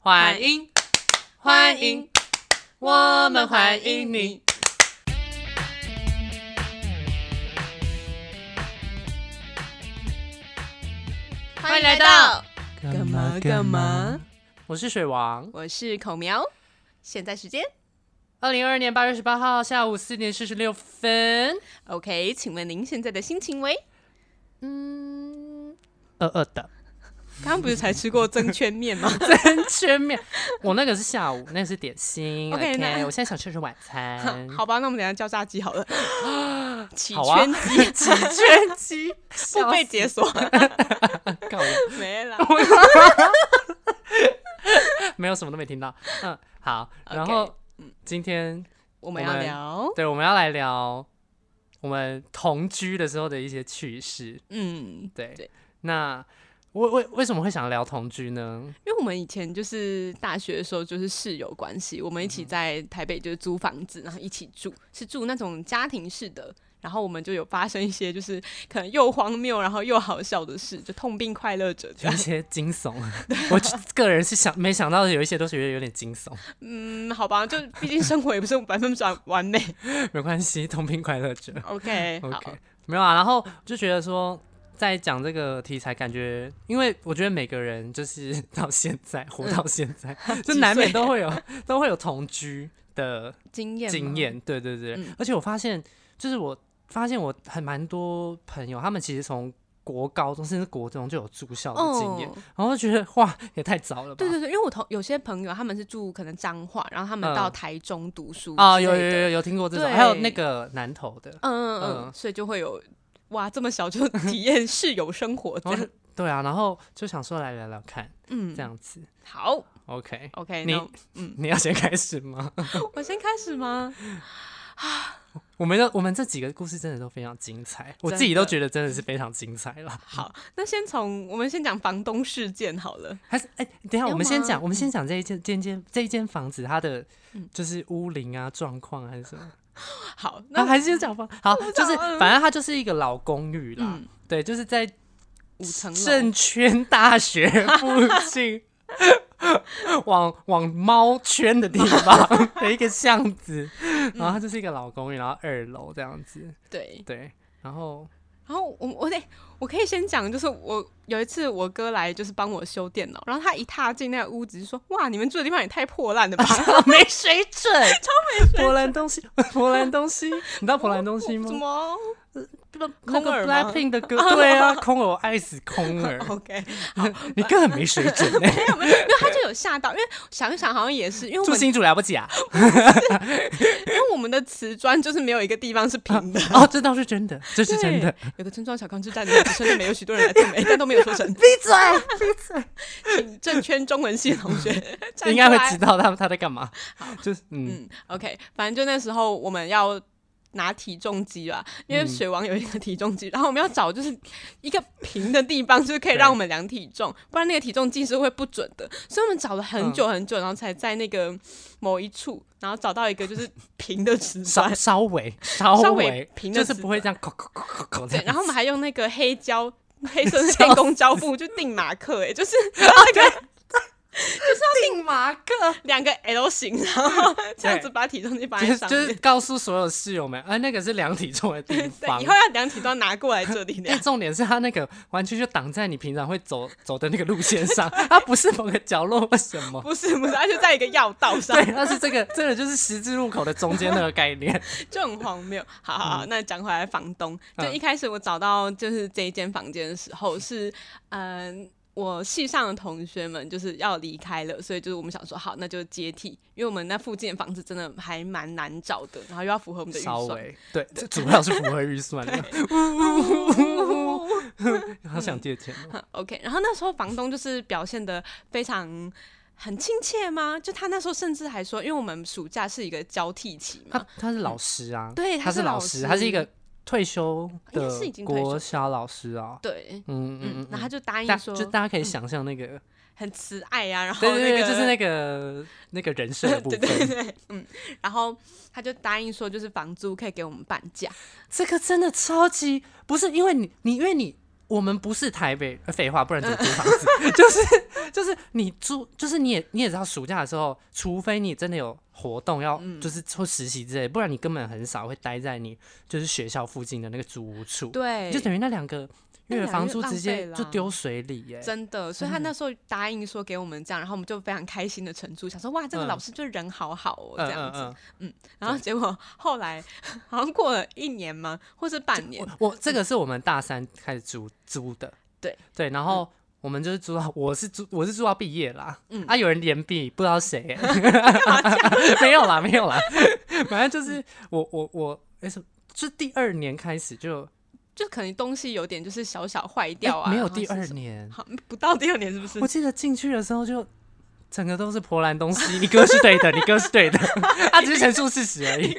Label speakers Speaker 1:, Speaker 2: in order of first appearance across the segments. Speaker 1: 欢迎，欢迎，我们欢迎你。
Speaker 2: 欢迎来到
Speaker 1: 干嘛干嘛？我是水王。
Speaker 2: 我是口苗，现在时间
Speaker 1: 二零二二年八月十八号下午四点四十六分。
Speaker 2: OK，请问您现在的心情为？
Speaker 1: 嗯，饿饿的
Speaker 2: 刚刚不是才吃过蒸圈面 吗？
Speaker 1: 真全面。 我那个是下午，那个是点心。
Speaker 2: OK，那
Speaker 1: 我现在想吃的是晚餐。
Speaker 2: 好吧，那我们等一下叫炸鸡好了。起
Speaker 1: 好哎啊
Speaker 2: 圈鸡，
Speaker 1: 几圈 鸡，
Speaker 2: 不被解 锁，
Speaker 1: 搞了。
Speaker 2: 没了。
Speaker 1: 没有什么都没听到。嗯，好，
Speaker 2: OK，
Speaker 1: 然后今天
Speaker 2: 我们要聊，
Speaker 1: 对我们要来聊我们同居的时候的一些趣事。
Speaker 2: 嗯，
Speaker 1: 对，
Speaker 2: 对
Speaker 1: 那为为为什么会想聊同居 呢？
Speaker 2: 因为我们以前就是大学的时候就是室友关系，我们一起在台北就是租房子，然后一起住，是住那种家庭式的。然后我们就有发生一些就是可能又荒谬，然后又好笑的事，就痛并快乐着这
Speaker 1: 有一
Speaker 2: 样。
Speaker 1: 些惊悚，我就个人是想没想到有一些都觉得有点惊悚，
Speaker 2: 嗯，好吧，就毕竟生活也不是百分之百完美。
Speaker 1: 没关系，同频快乐者。
Speaker 2: OK，好
Speaker 1: OK，没有啊。然后就觉得说，在讲这个题材，感觉因为我觉得每个人就是 到现在活到
Speaker 2: 嗯
Speaker 1: 现 在，就难免都会有都会有同居的
Speaker 2: 经验吗
Speaker 1: 经验，对对对。
Speaker 2: 嗯
Speaker 1: 而且我发现，就是我发现我很蛮多朋友，他们其实从国高中甚至国中就有住校的经验，
Speaker 2: 哦
Speaker 1: 然后就觉得哇，也太早了吧？
Speaker 2: 对对对，因为我同有些朋友他们是住可能彰化，然后他们
Speaker 1: 嗯
Speaker 2: 到台中读书
Speaker 1: 啊，
Speaker 2: 之
Speaker 1: 有
Speaker 2: 类
Speaker 1: 有
Speaker 2: 的
Speaker 1: 有有听过这种，
Speaker 2: 对
Speaker 1: 还有那个南投的，
Speaker 2: 嗯嗯
Speaker 1: 嗯
Speaker 2: 嗯，所以就会有哇，这么小就体验室友生活这
Speaker 1: 然后
Speaker 2: 样
Speaker 1: 就，对啊，然后就想说来聊聊看，
Speaker 2: 嗯，
Speaker 1: 这样子
Speaker 2: 好
Speaker 1: ，OK。
Speaker 2: ，OK，
Speaker 1: 你
Speaker 2: 那我
Speaker 1: 你要先开始吗？
Speaker 2: 我先开始吗？
Speaker 1: 嗯我们的我们这几个故事真的都非常精彩，我
Speaker 2: 真
Speaker 1: 自己都
Speaker 2: 的
Speaker 1: 觉得真的是非常精彩了。
Speaker 2: 好，那先从我们先讲房东事件好了。
Speaker 1: 还是哎、等一下
Speaker 2: 要
Speaker 1: 我们先讲，
Speaker 2: 吗
Speaker 1: 我们先讲这一间间间这一间房子它的
Speaker 2: 嗯
Speaker 1: 就是屋龄啊状况还是什么，
Speaker 2: 好，
Speaker 1: 那、
Speaker 2: 那
Speaker 1: 哦还是讲吧。好，就是
Speaker 2: 道嗯
Speaker 1: 反正它就是一个老公寓啦，
Speaker 2: 嗯，
Speaker 1: 对，就是在
Speaker 2: 五层楼
Speaker 1: 圣圈大学附近。 往往猫圈的地 方的一个巷子，
Speaker 2: 嗯
Speaker 1: 然后它就是一个老公寓，然后二楼这样子，
Speaker 2: 对，
Speaker 1: 对，然后
Speaker 2: 然后我我得我可以先讲，就是我有一次我哥来就是帮我修电脑，然后他一踏进那个屋子就说：“哇，你们住的地方也太破烂 了吧！”
Speaker 1: 没水准， 超没水准。波兰东西，波兰东西，你知道波兰东西
Speaker 2: 怎
Speaker 1: 吗？
Speaker 2: 么
Speaker 1: 那
Speaker 2: 空
Speaker 1: 个
Speaker 2: 耳吗
Speaker 1: Blackpink 的歌，对啊，空耳，我爱死空耳，
Speaker 2: ？OK，
Speaker 1: 你根本没水准呢、
Speaker 2: 没有没有，没有他就有吓到，因为想一想好像也是，因为我
Speaker 1: 住
Speaker 2: 们
Speaker 1: 新主了不起啊！
Speaker 2: 因为我们的瓷砖就是没有一个地方是平的，
Speaker 1: 哦，这倒是真的，这是真的。
Speaker 2: 有个村庄小康之战的只剩下没有许多人来赞美，但都没有说成。
Speaker 1: 闭嘴！
Speaker 2: 请正圈中文系的同 学站
Speaker 1: 应该
Speaker 2: 出
Speaker 1: 会
Speaker 2: 来
Speaker 1: 知道他他在干嘛。就是嗯，
Speaker 2: 嗯，OK，反正就那时候我们要拿体重机吧，因为
Speaker 1: 嗯
Speaker 2: 水王有一个体重机，然后我们要找就是一个平的地方，就是可以让我们量体重，不然那个体重计是会不准的。所以我们找了很
Speaker 1: 嗯
Speaker 2: 久很久，然后才在那个某一处，然后找到一个就是平的瓷
Speaker 1: 稍
Speaker 2: 砖。
Speaker 1: 稍微稍
Speaker 2: 稍微
Speaker 1: 微，
Speaker 2: 平的
Speaker 1: 就是
Speaker 2: 瓷
Speaker 1: 不会这样扣扣扣扣扣这样。
Speaker 2: 对，然后我们还用那个 黑胶、黑色的天工胶布就定马克、欸，哎，就是
Speaker 1: 定马克，
Speaker 2: 两个 L 型，然后这样子把体重计放
Speaker 1: 就
Speaker 2: 在
Speaker 1: 是
Speaker 2: 上
Speaker 1: 就是
Speaker 2: 面。
Speaker 1: 告诉所有室友们，哎，那个是量体重的地方
Speaker 2: 对，以。后要量体都要拿过来这里
Speaker 1: 哎、
Speaker 2: 量。
Speaker 1: 重点是他那个完全就挡在你平常会走走的那个路线上，它不是某个角落或什么。
Speaker 2: 不是不是，而且在一个要道上
Speaker 1: 对，， 它是这个，这个就是十字路口的中间那个概念。
Speaker 2: 就很荒谬。好好好，那讲回来，房东就
Speaker 1: 嗯
Speaker 2: 一开始我找到就是这一间房间的时候是，嗯，我系上的同学们就是要离开了，所以就是我们想说好，那就接替，因为我们那附近的房子真的还蛮难找的，然后又要符合我们的预
Speaker 1: 稍
Speaker 2: 算。
Speaker 1: 微对，这主要是符合预算 的。呜呜呜好想借钱
Speaker 2: 嗯
Speaker 1: 哦，
Speaker 2: OK，然后那时候房东就是表现的非常很亲切吗？就他那时候甚至还说，因为我们暑假是一个交替期嘛
Speaker 1: 他，他是老师啊，
Speaker 2: 对他
Speaker 1: 他
Speaker 2: 是
Speaker 1: 老
Speaker 2: 老
Speaker 1: 师，
Speaker 2: 师
Speaker 1: 他是一个退休
Speaker 2: 应
Speaker 1: 的
Speaker 2: 该是已经退休
Speaker 1: 国小老师啊。
Speaker 2: 对，
Speaker 1: 嗯嗯
Speaker 2: 嗯，
Speaker 1: 嗯，
Speaker 2: 然后他就答
Speaker 1: 大
Speaker 2: 应说
Speaker 1: 就大家可以想象那个，
Speaker 2: 很慈爱啊，然后
Speaker 1: 对对
Speaker 2: 那
Speaker 1: 对，
Speaker 2: 个
Speaker 1: 就是那个那个人 设的部
Speaker 2: 对
Speaker 1: 分，
Speaker 2: 对对，嗯，然后他就答应说，就是房租可以给我们半价，
Speaker 1: 这个真的超级不是因为你，你因为你我们不是台北，呃废话，不然怎么租房子？ 就是就是你租，就是你也你也知道，暑假的时候，除非你真的有活动要，
Speaker 2: 嗯
Speaker 1: 就是或实习之类，不然你根本很少会待在你就是学校附近的那个租屋处，
Speaker 2: 对，
Speaker 1: 就等于那两个
Speaker 2: 那
Speaker 1: 月的
Speaker 2: 两个
Speaker 1: 房
Speaker 2: 月
Speaker 1: 租
Speaker 2: 浪
Speaker 1: 直
Speaker 2: 费
Speaker 1: 接
Speaker 2: 啦
Speaker 1: 就丢水里耶、
Speaker 2: 真的，所以
Speaker 1: 嗯
Speaker 2: 他那时候答应说给我们这样，然后我们就非常开心的承租，想说哇，这个
Speaker 1: 嗯
Speaker 2: 老师就是人好好哦、
Speaker 1: 嗯
Speaker 2: 这样子。
Speaker 1: 嗯
Speaker 2: 然后结果后来好像过了一年嘛，或是半年
Speaker 1: 嗯，我我这个是我们大三开始租租的，
Speaker 2: 对
Speaker 1: 对，然后。我们就是租到，我是租，我是租到毕业啦。
Speaker 2: 嗯
Speaker 1: 啊，有人连毕，不知道谁、 欸，没有啦，没有啦，反正就是我，我，我，哎、什么？是第二年开始就
Speaker 2: 就可能东西有点就是小小坏
Speaker 1: 哎
Speaker 2: 掉啊。
Speaker 1: 没有
Speaker 2: 然后
Speaker 1: 第
Speaker 2: 是
Speaker 1: 二
Speaker 2: 什么，
Speaker 1: 年。
Speaker 2: 好不到第二年是不是
Speaker 1: 我？记得进去的时候就整个都是波兰东西，你哥是对的，你哥是 对的，他只是陈述事实而已。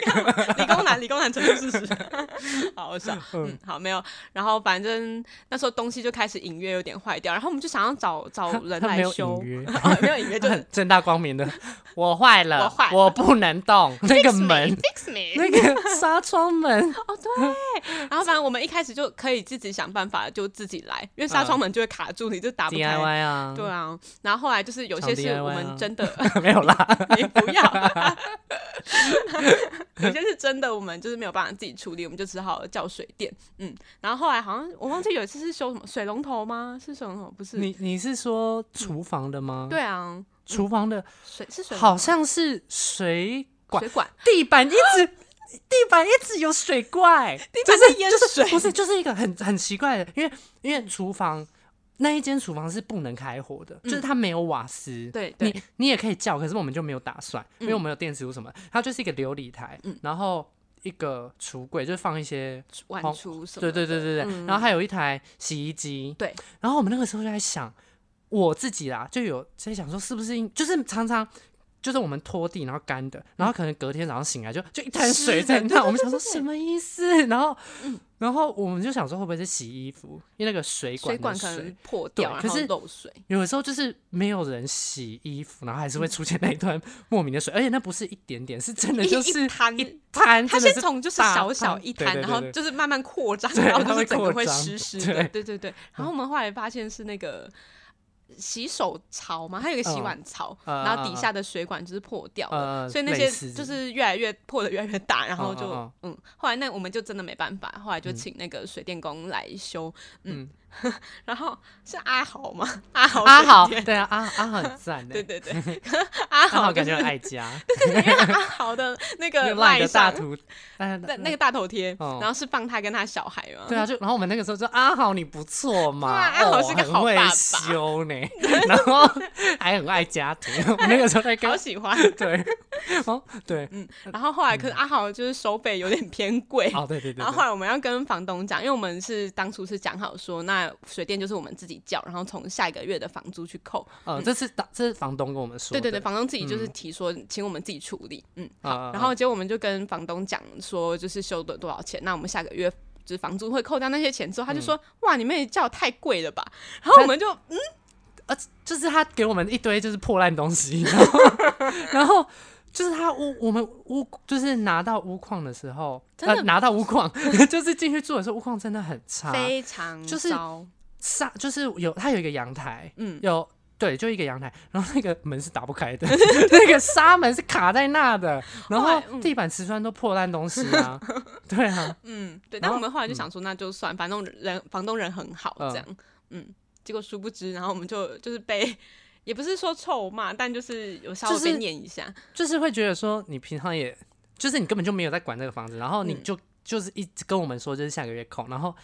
Speaker 2: 理工男，理工男陈述事实。 好，我想，嗯，好，没有。然后反正那时候东西就开始隐约有点坏掉，然后我们就想要找找人
Speaker 1: 他
Speaker 2: 来
Speaker 1: 没有
Speaker 2: 修
Speaker 1: 隐，约
Speaker 2: 哦没有隐约，就
Speaker 1: 他
Speaker 2: 是
Speaker 1: 很正大光明的，我坏了，
Speaker 2: 我坏了
Speaker 1: 不能动那个
Speaker 2: fix me，
Speaker 1: 门，
Speaker 2: fix me。
Speaker 1: 那个纱窗 门，
Speaker 2: 哦，对。然后反正我们一开始就可以自己想办法，就自己来，因为纱窗
Speaker 1: 嗯
Speaker 2: 门就会卡住，你就打不开。
Speaker 1: DIY 啊，
Speaker 2: 对啊，然后后来就是有些
Speaker 1: 常
Speaker 2: 是
Speaker 1: DIY 啊
Speaker 2: 我们真的，
Speaker 1: 没有啦，
Speaker 2: 你不要， 有些是真的，我们就是没有办法自己处理，我们就只好叫水电。嗯，然后后来好像我忘记有一次是修什么水龙头吗？是水龙头不是？
Speaker 1: 你你是说厨房的吗？，
Speaker 2: 对啊，
Speaker 1: 厨房的
Speaker 2: 水是水龙头
Speaker 1: 好像是水管
Speaker 2: 水，管，
Speaker 1: 地板一直地板一直有水怪，
Speaker 2: 地
Speaker 1: 就
Speaker 2: 板
Speaker 1: 是
Speaker 2: 在淹
Speaker 1: 就是
Speaker 2: 水
Speaker 1: 不是就是一个很很奇怪的，因为因为厨房那一间厨房是不能开火的，就是它没有瓦斯。
Speaker 2: 对对
Speaker 1: 你你也可以叫，可是我们就没有打算，因为我们有电磁炉什么，它就是一个琉璃台，然后一个橱柜，就是放一些
Speaker 2: 碗
Speaker 1: 好
Speaker 2: 橱什么
Speaker 1: 对
Speaker 2: 的？嗯
Speaker 1: 对对对对，然后还有一台洗衣机。
Speaker 2: 对，
Speaker 1: 然后我们那个时候就在想，我自己啦，就有在想说，是不是因就是常常就是我们拖地，然后干的，然后可能隔天早上醒来就就一滩
Speaker 2: 湿
Speaker 1: 水
Speaker 2: 嗯的
Speaker 1: 在
Speaker 2: 对
Speaker 1: 那，
Speaker 2: 对
Speaker 1: 我们
Speaker 2: 对
Speaker 1: 想说
Speaker 2: 对对嗯
Speaker 1: 什么意思？ 然后，然后我们就想说会不会是洗衣服，因为那个水管
Speaker 2: 水
Speaker 1: 的
Speaker 2: 管可
Speaker 1: 水
Speaker 2: 能。破
Speaker 1: 对
Speaker 2: 掉，然
Speaker 1: 可
Speaker 2: 后
Speaker 1: 是
Speaker 2: 漏水。
Speaker 1: 有的时候就是没有人洗衣服，然后还是会出现那一段莫名的水，而且那不是一点点，是真的
Speaker 2: 一
Speaker 1: 就是
Speaker 2: 一滩
Speaker 1: 一滩，
Speaker 2: 它
Speaker 1: 真的
Speaker 2: 先从就是
Speaker 1: 大
Speaker 2: 小小
Speaker 1: 滩
Speaker 2: 一
Speaker 1: 对
Speaker 2: 滩，
Speaker 1: 对
Speaker 2: 然
Speaker 1: 对
Speaker 2: 后
Speaker 1: 对
Speaker 2: 就是慢慢扩张，
Speaker 1: 对
Speaker 2: 然后
Speaker 1: 它
Speaker 2: 就是
Speaker 1: 会
Speaker 2: 整个
Speaker 1: 扩
Speaker 2: 会
Speaker 1: 张
Speaker 2: 湿湿的，
Speaker 1: 对嗯
Speaker 2: 对对对。然后我们后来发现是那个洗手槽嘛，它有一个洗
Speaker 1: 嗯
Speaker 2: 碗槽，
Speaker 1: 嗯
Speaker 2: 然
Speaker 1: 嗯
Speaker 2: 后底
Speaker 1: 嗯
Speaker 2: 下的水管就是破掉了，
Speaker 1: 呃，
Speaker 2: 所以那
Speaker 1: 类
Speaker 2: 些
Speaker 1: 似
Speaker 2: 就是越来越破的越来越大，然后
Speaker 1: 嗯嗯
Speaker 2: 就嗯
Speaker 1: 嗯
Speaker 2: 后来那我们就真的没办法，后来就请那个水电工来修，嗯， 然后是阿豪吗？阿豪
Speaker 1: 阿豪，
Speaker 2: 水电
Speaker 1: 对啊，阿阿豪很赞
Speaker 2: 对
Speaker 1: 诶，
Speaker 2: 对对， 阿
Speaker 1: 阿
Speaker 2: 豪
Speaker 1: 豪
Speaker 2: 就
Speaker 1: 感觉
Speaker 2: 是
Speaker 1: 很爱 家，
Speaker 2: 阿豪的 那个
Speaker 1: 赖
Speaker 2: 赖
Speaker 1: 的大
Speaker 2: 上
Speaker 1: 图，那
Speaker 2: 那那个大头贴，
Speaker 1: 哦
Speaker 2: 然后是放他跟他小孩嘛。
Speaker 1: 对啊，就然后我们那个时候就阿豪你不错嘛，
Speaker 2: 对啊阿豪
Speaker 1: 哦
Speaker 2: 是个
Speaker 1: 很
Speaker 2: 好
Speaker 1: 会
Speaker 2: 爸爸
Speaker 1: 修 呢， 然后还很爱家庭， 我们那个时候在跟
Speaker 2: 好嗯 喜欢，
Speaker 1: 对，哦对，
Speaker 2: 然后后来可是阿豪就是收费有点偏 贵，
Speaker 1: 哦嗯对对对
Speaker 2: 然后后
Speaker 1: 对，
Speaker 2: 来我们要跟房东讲，因为我们是当初是讲好说，那水电就是我们自己缴，然后从下一个月的房租去扣。
Speaker 1: 呃，这是当这是房东跟我们说嗯
Speaker 2: 对
Speaker 1: 的，
Speaker 2: 对对，房东自己就是提说，请我们自己处理。嗯，
Speaker 1: 啊，
Speaker 2: 然后结果我们就跟房东讲说，就是修的多少钱，那我们下个月。就是房租会扣掉那些钱之后，他
Speaker 1: 嗯
Speaker 2: 就说：“哇，你们也叫太 贵了吧？”然后我们就
Speaker 1: 呃，就是他给我们一堆就是破烂东 西，然后然后就是他屋我们屋就是拿到屋况的时候，
Speaker 2: 真的
Speaker 1: 呃、拿到屋况 就是进去住的时候，屋况真的很差，
Speaker 2: 非常
Speaker 1: 就是
Speaker 2: 糟
Speaker 1: 上就是有它有一个阳台，
Speaker 2: 嗯
Speaker 1: 嗯，有对，就一个阳台，然后那个门是打不开的， 那个纱门是卡在那的，然
Speaker 2: 后
Speaker 1: 后
Speaker 2: 来嗯
Speaker 1: 地板瓷砖都破烂东西 啊，对啊，
Speaker 2: 嗯，对，
Speaker 1: 然
Speaker 2: 但我
Speaker 1: 后
Speaker 2: 们后来就想说，那就算，反正人房东人很好，
Speaker 1: 嗯
Speaker 2: 这样，嗯结果殊不知，然后我们就就是被，也不是说臭骂，但就是有稍微
Speaker 1: 就
Speaker 2: 被
Speaker 1: 是
Speaker 2: 念一下，
Speaker 1: 就是会觉得说你平常也就是你根本就没有在管这个房子，然后你
Speaker 2: 嗯
Speaker 1: 就、就是一直跟我们说就是下个月扣，然后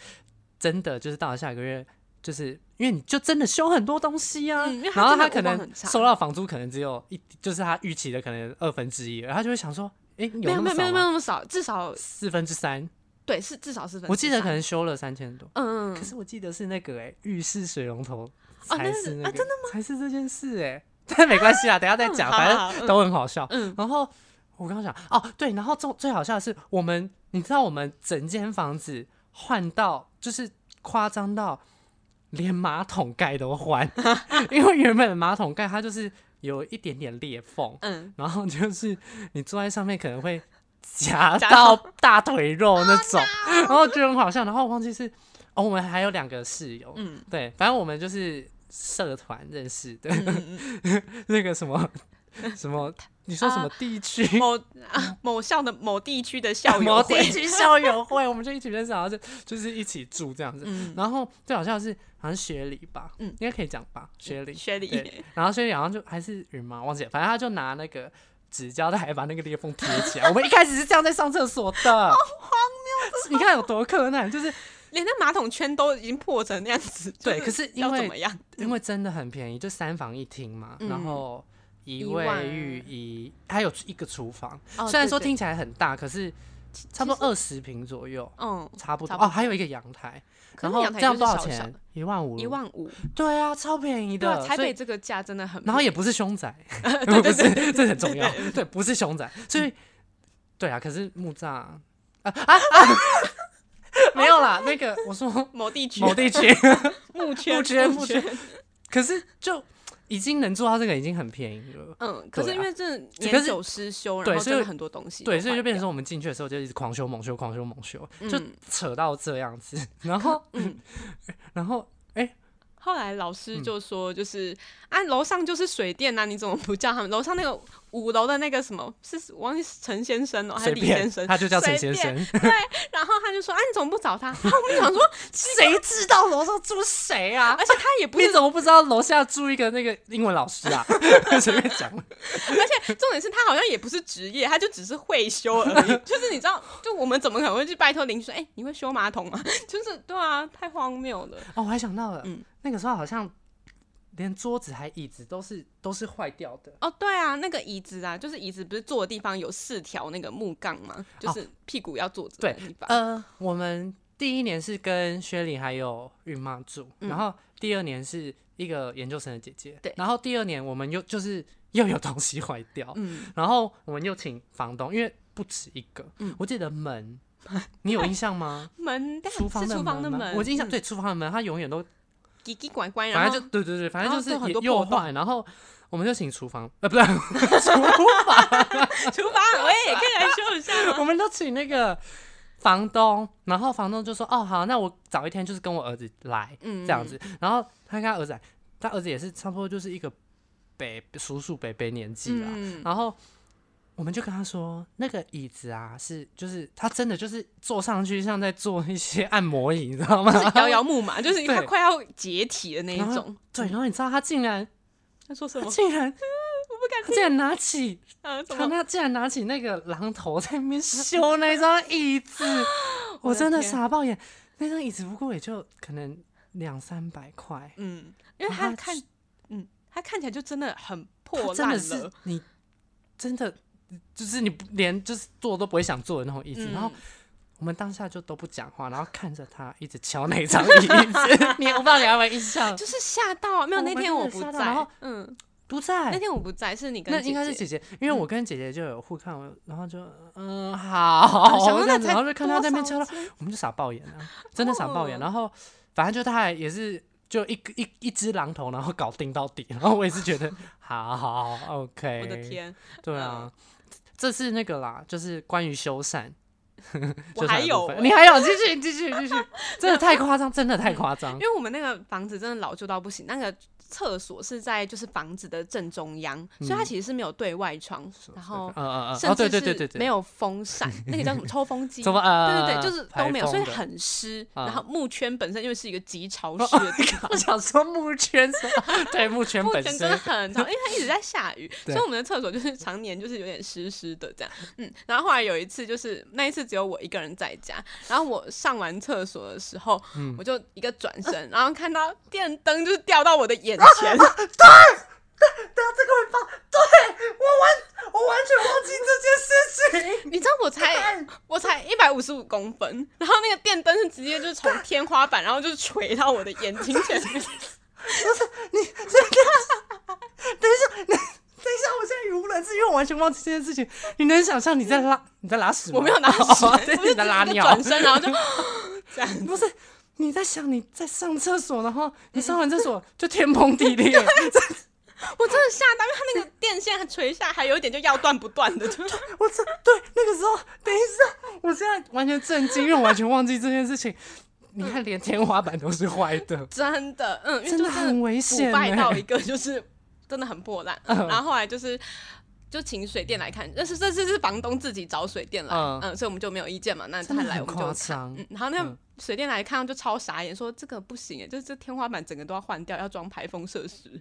Speaker 1: 真的就是到了下个月。就是因为你就真的修很多东西啊，
Speaker 2: 嗯因为他
Speaker 1: 然后
Speaker 2: 真的
Speaker 1: 他可
Speaker 2: 屋况
Speaker 1: 能
Speaker 2: 很差
Speaker 1: 收到房租可能只有一，就是他预期的可能二分之一，然后他就会想说，哎、
Speaker 2: 没有
Speaker 1: 那么
Speaker 2: 没
Speaker 1: 少
Speaker 2: 有没有没
Speaker 1: 吗
Speaker 2: 有那么少，至少
Speaker 1: 四分之三，
Speaker 2: 对是至少是分之三，
Speaker 1: 我记得可能修了三千多，
Speaker 2: 嗯，嗯
Speaker 1: 可
Speaker 2: 嗯，
Speaker 1: 是我记得是那个哎、浴室水龙头
Speaker 2: 那
Speaker 1: 才
Speaker 2: 是
Speaker 1: 是
Speaker 2: 啊
Speaker 1: 那个，才是这件事哎、 但没关系啦，等一下再讲，
Speaker 2: 嗯好好
Speaker 1: 反
Speaker 2: 好嗯
Speaker 1: 正都很好笑。
Speaker 2: 嗯
Speaker 1: 然后我刚刚想哦，对，然后最最好笑的是，我们你知道我们整间房子换到就是夸张到连马桶盖都换， 因为原本的马桶盖它就是有一点点裂缝，
Speaker 2: 嗯，
Speaker 1: 然后就是你坐在上面可能会夹
Speaker 2: 夹啊
Speaker 1: 到大腿肉那种，然后觉得很好笑，然后我忘记是哦，我们还有两个室友，
Speaker 2: 嗯
Speaker 1: 对，反正我们就是社团认识的，
Speaker 2: 嗯嗯嗯
Speaker 1: 那个什么什 么，你说什么地区？
Speaker 2: 某啊某校的某地区的校友
Speaker 1: 某
Speaker 2: 会
Speaker 1: 地，区校友 会，我们就一起认识，然后就就是一起住这样子。
Speaker 2: 嗯，
Speaker 1: 然后最好笑的是，好像学理吧，
Speaker 2: 嗯
Speaker 1: 应该可以讲吧，学理。
Speaker 2: 学理
Speaker 1: 对，然后学理好像就还是云嘛，忘记了，反正他就拿那个纸胶带把那个裂缝贴起来。我们一开始是这样在上厕所 的，好荒谬！你看有多困难，就是
Speaker 2: 连那马桶圈都已经破成那样子，
Speaker 1: 对
Speaker 2: 就
Speaker 1: 可是因
Speaker 2: 要怎
Speaker 1: 为
Speaker 2: 么样？
Speaker 1: 因为真的很便宜，就三房一厅嘛，
Speaker 2: 嗯
Speaker 1: 然后一
Speaker 2: 一万
Speaker 1: 卫浴一，它有一个厨房，
Speaker 2: 哦
Speaker 1: 虽然说
Speaker 2: 对对
Speaker 1: 听起来很大，可是差不多二十平左右，
Speaker 2: 嗯，
Speaker 1: 差不多
Speaker 2: 差不
Speaker 1: 哦，
Speaker 2: 多
Speaker 1: 还有一个阳台，
Speaker 2: 可
Speaker 1: 然
Speaker 2: 是
Speaker 1: 后
Speaker 2: 阳台
Speaker 1: 这
Speaker 2: 就
Speaker 1: 样
Speaker 2: 是
Speaker 1: 多少
Speaker 2: 小小
Speaker 1: 钱
Speaker 2: 的？
Speaker 1: 一万五，
Speaker 2: 一万五，
Speaker 1: 对啊，超便宜
Speaker 2: 对啊，
Speaker 1: 的，
Speaker 2: 台
Speaker 1: 所以
Speaker 2: 北这个价真的很便宜，
Speaker 1: 然后也不是凶 宅，不
Speaker 2: 对对对嗯
Speaker 1: 是，这很重要
Speaker 2: 对对，
Speaker 1: 对，不是凶宅，所以对啊，可是木栅啊啊啊， 没有啦，那个我说
Speaker 2: 某地区
Speaker 1: 某地区，
Speaker 2: 木
Speaker 1: 木
Speaker 2: 缺
Speaker 1: 圈木圈，可是就已经能做到这个已经很便宜了。
Speaker 2: 嗯，可是
Speaker 1: 对啊
Speaker 2: 因为这
Speaker 1: 可
Speaker 2: 年
Speaker 1: 是
Speaker 2: 久失修，
Speaker 1: 对
Speaker 2: 然后
Speaker 1: 所
Speaker 2: 真
Speaker 1: 以
Speaker 2: 的很多东西都坏
Speaker 1: 对，
Speaker 2: 掉，
Speaker 1: 所以就变成说，我们进去的时候就一直狂修猛修，狂修猛修，就
Speaker 2: 嗯
Speaker 1: 扯到这样子。然后，
Speaker 2: 嗯
Speaker 1: 然后
Speaker 2: 后来老
Speaker 1: 嗯
Speaker 2: 师就说，就是、啊，楼上就是水电呐、你怎么不叫他们？楼上那个五楼的那个什么是我忘记是陈先生哦，还是
Speaker 1: 随
Speaker 2: 李先
Speaker 1: 便
Speaker 2: 生？
Speaker 1: 他就叫陈先
Speaker 2: 随便。
Speaker 1: 生，
Speaker 2: 然后他就说，啊，你怎么不找他？ 然后我们想说，
Speaker 1: 谁知道楼上住谁啊？
Speaker 2: 而且他也 不
Speaker 1: 你
Speaker 2: 是，
Speaker 1: 怎么不知道楼下住一个那个英文老师啊？ 随便讲，
Speaker 2: 而且重点是他好像也不是职业，他就只是会修而已。 就是你知道，就我们怎么可能会去拜托邻居说，哎、你会修马桶吗？ 就是对啊，太荒谬了。
Speaker 1: 哦，我还想到了，
Speaker 2: 嗯
Speaker 1: 那个时候好像连桌子还椅子都是都是坏掉的，
Speaker 2: 哦，对啊，那个椅子啊，就是椅子不是坐的地方有四条那个木杠吗？就是屁股要坐着的
Speaker 1: 哦对
Speaker 2: 地方。
Speaker 1: 呃，我们第一年是跟薛礼还有孕妈住，
Speaker 2: 嗯
Speaker 1: 然后第二年是一个研究生的姐姐，
Speaker 2: 对
Speaker 1: 然后第二年我们又就是 又有东西坏掉，
Speaker 2: 嗯，
Speaker 1: 然后我们又请房东，因为不止一个，
Speaker 2: 嗯
Speaker 1: 我记得门，你有印象 吗？
Speaker 2: 门但
Speaker 1: 厨房
Speaker 2: 是
Speaker 1: 的
Speaker 2: 厨房的
Speaker 1: 吗
Speaker 2: 门，
Speaker 1: 我印象
Speaker 2: 嗯，
Speaker 1: 对厨房的门，它永远都
Speaker 2: 奇奇怪怪，然
Speaker 1: 反
Speaker 2: 后
Speaker 1: 正就对对对，反正
Speaker 2: 然后
Speaker 1: 就
Speaker 2: 就是很
Speaker 1: 也
Speaker 2: 多
Speaker 1: 又
Speaker 2: 破洞
Speaker 1: 坏，然后我们就请厨房，呃，不是厨
Speaker 2: 厨房，喂，可以来修一下吗？
Speaker 1: 我们都请那个房东，然后房东就说：“哦，好，那我早一天就是跟我儿子来
Speaker 2: 嗯
Speaker 1: 这样子。”然后他跟他儿子来，他儿子也是差不多就是一个北叔叔北北年纪啦。
Speaker 2: 嗯，
Speaker 1: 然后我们就跟他说：“那个椅子啊，是就是他真的就是坐上去像在坐一些按摩椅，你知道吗
Speaker 2: 就是？摇摇木马，就是
Speaker 1: 对
Speaker 2: 他快要解体的那一
Speaker 1: 然后
Speaker 2: 种。
Speaker 1: 对，然后你知道他竟然
Speaker 2: 他说什
Speaker 1: 他
Speaker 2: 么？
Speaker 1: 竟然他竟然拿起
Speaker 2: 啊， 什
Speaker 1: 他
Speaker 2: 么？
Speaker 1: 那竟然拿起那个榔头在那边修那张椅子，我真的
Speaker 2: 天
Speaker 1: 傻爆眼。那张椅子不过也就可能两三百块，
Speaker 2: 嗯，因为
Speaker 1: 然
Speaker 2: 他
Speaker 1: 后
Speaker 2: 看
Speaker 1: 是，
Speaker 2: 嗯，他看起来就真的很
Speaker 1: 它
Speaker 2: 破
Speaker 1: 真
Speaker 2: 烂
Speaker 1: 的是
Speaker 2: 了。
Speaker 1: 你真的就是你不连就是坐都不会想坐的那种椅子。
Speaker 2: 嗯
Speaker 1: 然后我们当下就都不讲话，然后看着他一直敲那张椅子，你我不知道你有没有印象？
Speaker 2: 嗯就是吓到啊，没有
Speaker 1: 哦我
Speaker 2: 那
Speaker 1: 们
Speaker 2: 天
Speaker 1: 真
Speaker 2: 我
Speaker 1: 的
Speaker 2: 不
Speaker 1: 吓到然
Speaker 2: 在
Speaker 1: 后，
Speaker 2: 嗯，
Speaker 1: 不
Speaker 2: 那
Speaker 1: 在。
Speaker 2: 天我不在，是你跟
Speaker 1: 那应该是
Speaker 2: 姐嗯
Speaker 1: 姐姐，因为我跟姐姐就有互看，然后就嗯 好，
Speaker 2: 想说
Speaker 1: 这
Speaker 2: 那
Speaker 1: 样子
Speaker 2: 才
Speaker 1: 然后就看她在那边
Speaker 2: 多
Speaker 1: 敲
Speaker 2: 少
Speaker 1: 到，
Speaker 2: 钱
Speaker 1: 我们就傻爆眼啊，真的傻爆眼。
Speaker 2: 哦
Speaker 1: 然后反正就他还也是就一个一一只榔头，然后搞定到底。然后我也是觉得好好 OK，
Speaker 2: 我的，天，嗯
Speaker 1: 对啊，这是那个啦，就是关于修缮。
Speaker 2: 我
Speaker 1: 修缮的
Speaker 2: 还有
Speaker 1: 部分
Speaker 2: 欸
Speaker 1: 你还有，继续，继续， 继续，真的太夸张，真的太夸张
Speaker 2: 因。为我们那个房子真的老旧到不行，那个厕所是在就是房子的正中央，所以它其实是没有对外窗，然后
Speaker 1: 嗯嗯嗯，
Speaker 2: 甚
Speaker 1: 哦对对
Speaker 2: 至
Speaker 1: 对对
Speaker 2: 是
Speaker 1: 对，
Speaker 2: 没有风扇，那个叫什 么抽风机？
Speaker 1: 怎么呃，
Speaker 2: 对对对，就是都
Speaker 1: 排
Speaker 2: 没有，所以
Speaker 1: 风的
Speaker 2: 很湿。
Speaker 1: 啊哦
Speaker 2: 然后木圈本身又是一个极潮湿的地方，
Speaker 1: 我想说木圈是吧，对木圈
Speaker 2: 木
Speaker 1: 本
Speaker 2: 圈真的
Speaker 1: 身，
Speaker 2: 很长，因为它一直在下雨，所
Speaker 1: 对
Speaker 2: 以我们的厕所就是常年就是有点湿湿的这样。嗯，然后后来有一次就是那一次只有我一个人在家，然后我上完厕所的时候，
Speaker 1: 嗯
Speaker 2: 我就一个转身，然后看到电灯就是掉到我的眼 前，
Speaker 1: 我完全忘记这件事情。
Speaker 2: 你知道我才 我才一百五十五公分，然后那个电灯是直接就是从天花板，然后就是垂到我的眼睛前 面。
Speaker 1: 等一下，等一下，我现在语无伦次，因为我完全忘记这件事情。你能想象你在拉你在拉屎吗？
Speaker 2: 我没有拿屎，
Speaker 1: 哦
Speaker 2: 我
Speaker 1: 对
Speaker 2: 就
Speaker 1: 你在拉
Speaker 2: 只是一个
Speaker 1: 尿
Speaker 2: 转，身 然后就这样。
Speaker 1: 不是。你在想你在上厕所，然后你上完厕所就天崩地裂，
Speaker 2: 我真的吓到，因为它那个电线垂下还有一点就要断不断的，就是，
Speaker 1: 我这对那个时候，等一下，我现在完全震惊，因为我完全忘记这件事情。你看连天花板都是坏的
Speaker 2: 真的，嗯，因为
Speaker 1: 真
Speaker 2: 就
Speaker 1: 的很危
Speaker 2: 腐
Speaker 1: 险、
Speaker 2: 败到
Speaker 1: 欸
Speaker 2: 一。个就是 真的很破烂。
Speaker 1: 嗯
Speaker 2: 然后后来就是就请水电来看，但是这次是房东自己找水电来，
Speaker 1: 嗯
Speaker 2: 嗯所以我们就没有意见嘛。那
Speaker 1: 真的
Speaker 2: 他来
Speaker 1: 很
Speaker 2: 我们
Speaker 1: 夸
Speaker 2: 就看，
Speaker 1: 张
Speaker 2: 嗯，然后那
Speaker 1: 嗯
Speaker 2: 个水电来看到就超傻眼，说这个不行哎，就是这天花板整个都要换掉，要装排风设施。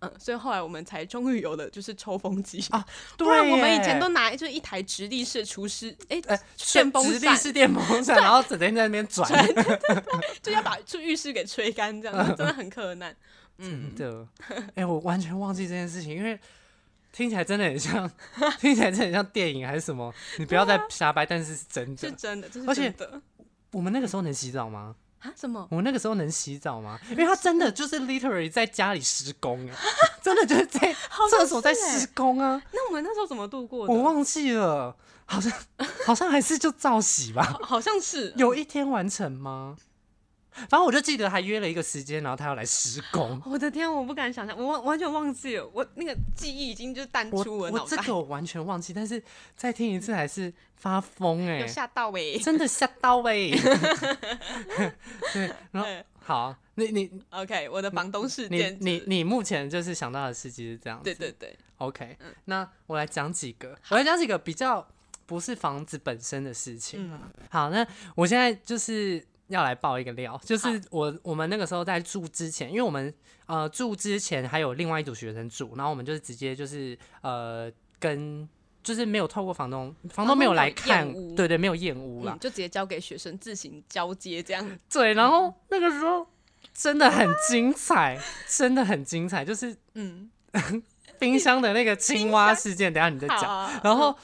Speaker 2: 嗯，所以后来我们才终于有了就是抽风机
Speaker 1: 啊，对
Speaker 2: 不然我们以
Speaker 1: 耶
Speaker 2: 前都拿就是一台直立式厨师，哎、
Speaker 1: 呃，
Speaker 2: 电风
Speaker 1: 直立
Speaker 2: 扇
Speaker 1: 式电风扇，然后整天在那边转，
Speaker 2: 就要把就浴室给吹干，这样
Speaker 1: 嗯
Speaker 2: 子真的很困难。嗯
Speaker 1: 真的，哎、我完全忘记这件事情，因为听起来真的很像， 听起来真的很像电影还是什么。你不要再瞎掰，但是是真
Speaker 2: 是
Speaker 1: 的。
Speaker 2: 真的，这
Speaker 1: 而
Speaker 2: 是
Speaker 1: 且
Speaker 2: 真的
Speaker 1: 我们那个时候能洗澡吗？
Speaker 2: 啊？什么？
Speaker 1: 我们那个时候能洗澡吗？因为他真的就是 literally 在家里施工、哎，真的就是 在厕所在施工啊，
Speaker 2: 那欸我们那时候怎么度过的？
Speaker 1: 我忘记了，好像好像还是就照洗吧。
Speaker 2: 好好像是
Speaker 1: 有一天完成吗？反正我就记得还约了一个时间，然后他要来施工。
Speaker 2: 我的天，我不敢想象，我忘完全忘记了，我那个记忆已经就是淡
Speaker 1: 我
Speaker 2: 出的
Speaker 1: 我
Speaker 2: 脑
Speaker 1: 这
Speaker 2: 袋，
Speaker 1: 个我完全忘记，但是再听一次还是发疯哎、
Speaker 2: 有吓到哎、
Speaker 1: 真的吓到哎、 对，然后
Speaker 2: 对
Speaker 1: 好，你你
Speaker 2: OK，我的房东事
Speaker 1: 你
Speaker 2: 件，
Speaker 1: 你你目前就是想到的事迹是这样子，
Speaker 2: 对对对，
Speaker 1: OK，、那
Speaker 2: 嗯
Speaker 1: 我来讲几个，我来讲几个比较不是房子本身的事情。
Speaker 2: 嗯
Speaker 1: 好，那我现在就是要来爆一个料，就是
Speaker 2: 好
Speaker 1: 我我们那个时候在住之前，因为我们呃住之前还有另外一组学生住，然后我们就是直接就是呃跟。就是没有透过房东，房东没有来
Speaker 2: 没
Speaker 1: 看
Speaker 2: 有验屋，
Speaker 1: 对对，没有验屋啦
Speaker 2: 嗯，。就直接交给学生自行交接这样。
Speaker 1: 对，然
Speaker 2: 嗯
Speaker 1: 后那个时候真的很精彩，真的很精彩，就是
Speaker 2: 嗯，
Speaker 1: 冰箱的那个青蛙事件，等一下你再讲
Speaker 2: 好。啊，
Speaker 1: 然后，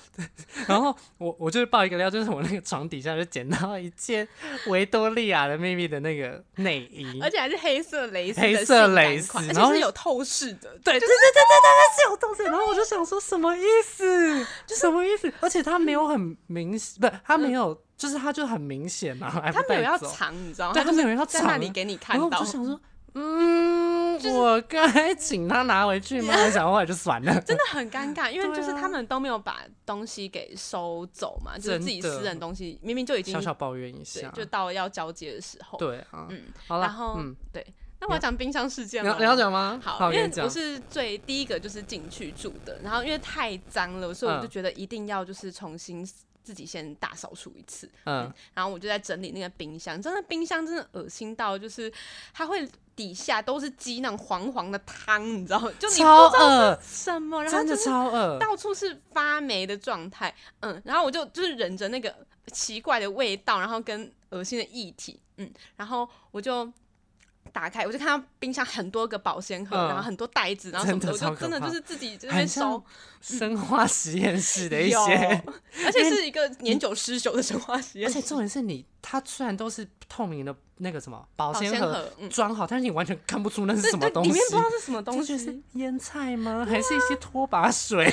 Speaker 1: 然后我我就是爆一个料，就是我那个床底下就捡到一件维多利亚的秘密的那个内 衣，
Speaker 2: 而且还是黑色蕾丝的
Speaker 1: 黑
Speaker 2: 性感款，
Speaker 1: 色蕾丝
Speaker 2: 而
Speaker 1: 然后
Speaker 2: 且是有透视的，
Speaker 1: 对对对对对对，是有动作。然后我就想说，什么意思？什么意思？而且它没有很明显，不，它没有，就是它就很明显嘛，还不
Speaker 2: 嗯他没有
Speaker 1: 带
Speaker 2: 要
Speaker 1: 走
Speaker 2: 藏，你知道吗？
Speaker 1: 对，
Speaker 2: 他
Speaker 1: 它没有要
Speaker 2: 在
Speaker 1: 藏
Speaker 2: 那
Speaker 1: 啊。
Speaker 2: 里给你看
Speaker 1: 然后我
Speaker 2: 到
Speaker 1: 就，想 说，嗯，
Speaker 2: 就是
Speaker 1: 我该请他拿回 去吗？想后来就算了。
Speaker 2: 真的很尴尬，因为
Speaker 1: 对
Speaker 2: 就是
Speaker 1: 啊
Speaker 2: 他们都没有把东西给收走嘛，就是自己
Speaker 1: 真的
Speaker 2: 私人东西，明明就已经
Speaker 1: 小小抱怨一下
Speaker 2: 对，，就到要交接的时候。
Speaker 1: 对啊，
Speaker 2: 嗯，
Speaker 1: 好了
Speaker 2: 然，后、
Speaker 1: 嗯，
Speaker 2: 对，那我要讲冰箱事件
Speaker 1: 你要
Speaker 2: 了。
Speaker 1: 你要讲吗？
Speaker 2: 好，因
Speaker 1: 跟
Speaker 2: 为
Speaker 1: 你讲
Speaker 2: 我是最第一个就是进去住的，然后因为太脏了，所以我就
Speaker 1: 嗯
Speaker 2: 觉得一定要就是重新自己先大扫除一次。
Speaker 1: 嗯，
Speaker 2: 然后我就在整理那个冰箱，真的冰箱真的恶心到，就是它会底下都是积那种黄黄的汤，你知道吗？就你不知
Speaker 1: 超
Speaker 2: 道
Speaker 1: 饿，
Speaker 2: 什么，然后
Speaker 1: 真的
Speaker 2: 就是
Speaker 1: 超饿。
Speaker 2: 到处是发霉的状态，嗯，然后我就就是忍着那个奇怪的味道，然后跟恶心的液体，嗯，然后我就打开，我就看到冰箱很多个保鲜盒，
Speaker 1: 嗯
Speaker 2: 然后很多袋子，然后什么的，我
Speaker 1: 真的
Speaker 2: 就
Speaker 1: 超可
Speaker 2: 真
Speaker 1: 怕
Speaker 2: 的就是嗯自己这 边收，
Speaker 1: 生化实验室的一
Speaker 2: 有
Speaker 1: 些，
Speaker 2: 而且是一个年久失修的生化实
Speaker 1: 而
Speaker 2: 验
Speaker 1: 且重点是你，它虽然都是透明的那个什么保
Speaker 2: 保
Speaker 1: 鲜
Speaker 2: 鲜
Speaker 1: 盒
Speaker 2: 盒，嗯，
Speaker 1: 装好，但是你完全看不出那是
Speaker 2: 对
Speaker 1: 什么
Speaker 2: 对，
Speaker 1: 东
Speaker 2: 里
Speaker 1: 西
Speaker 2: 面。不知道是什么
Speaker 1: 这
Speaker 2: 东西，啊
Speaker 1: 就是腌菜吗？还是一些拖把 水？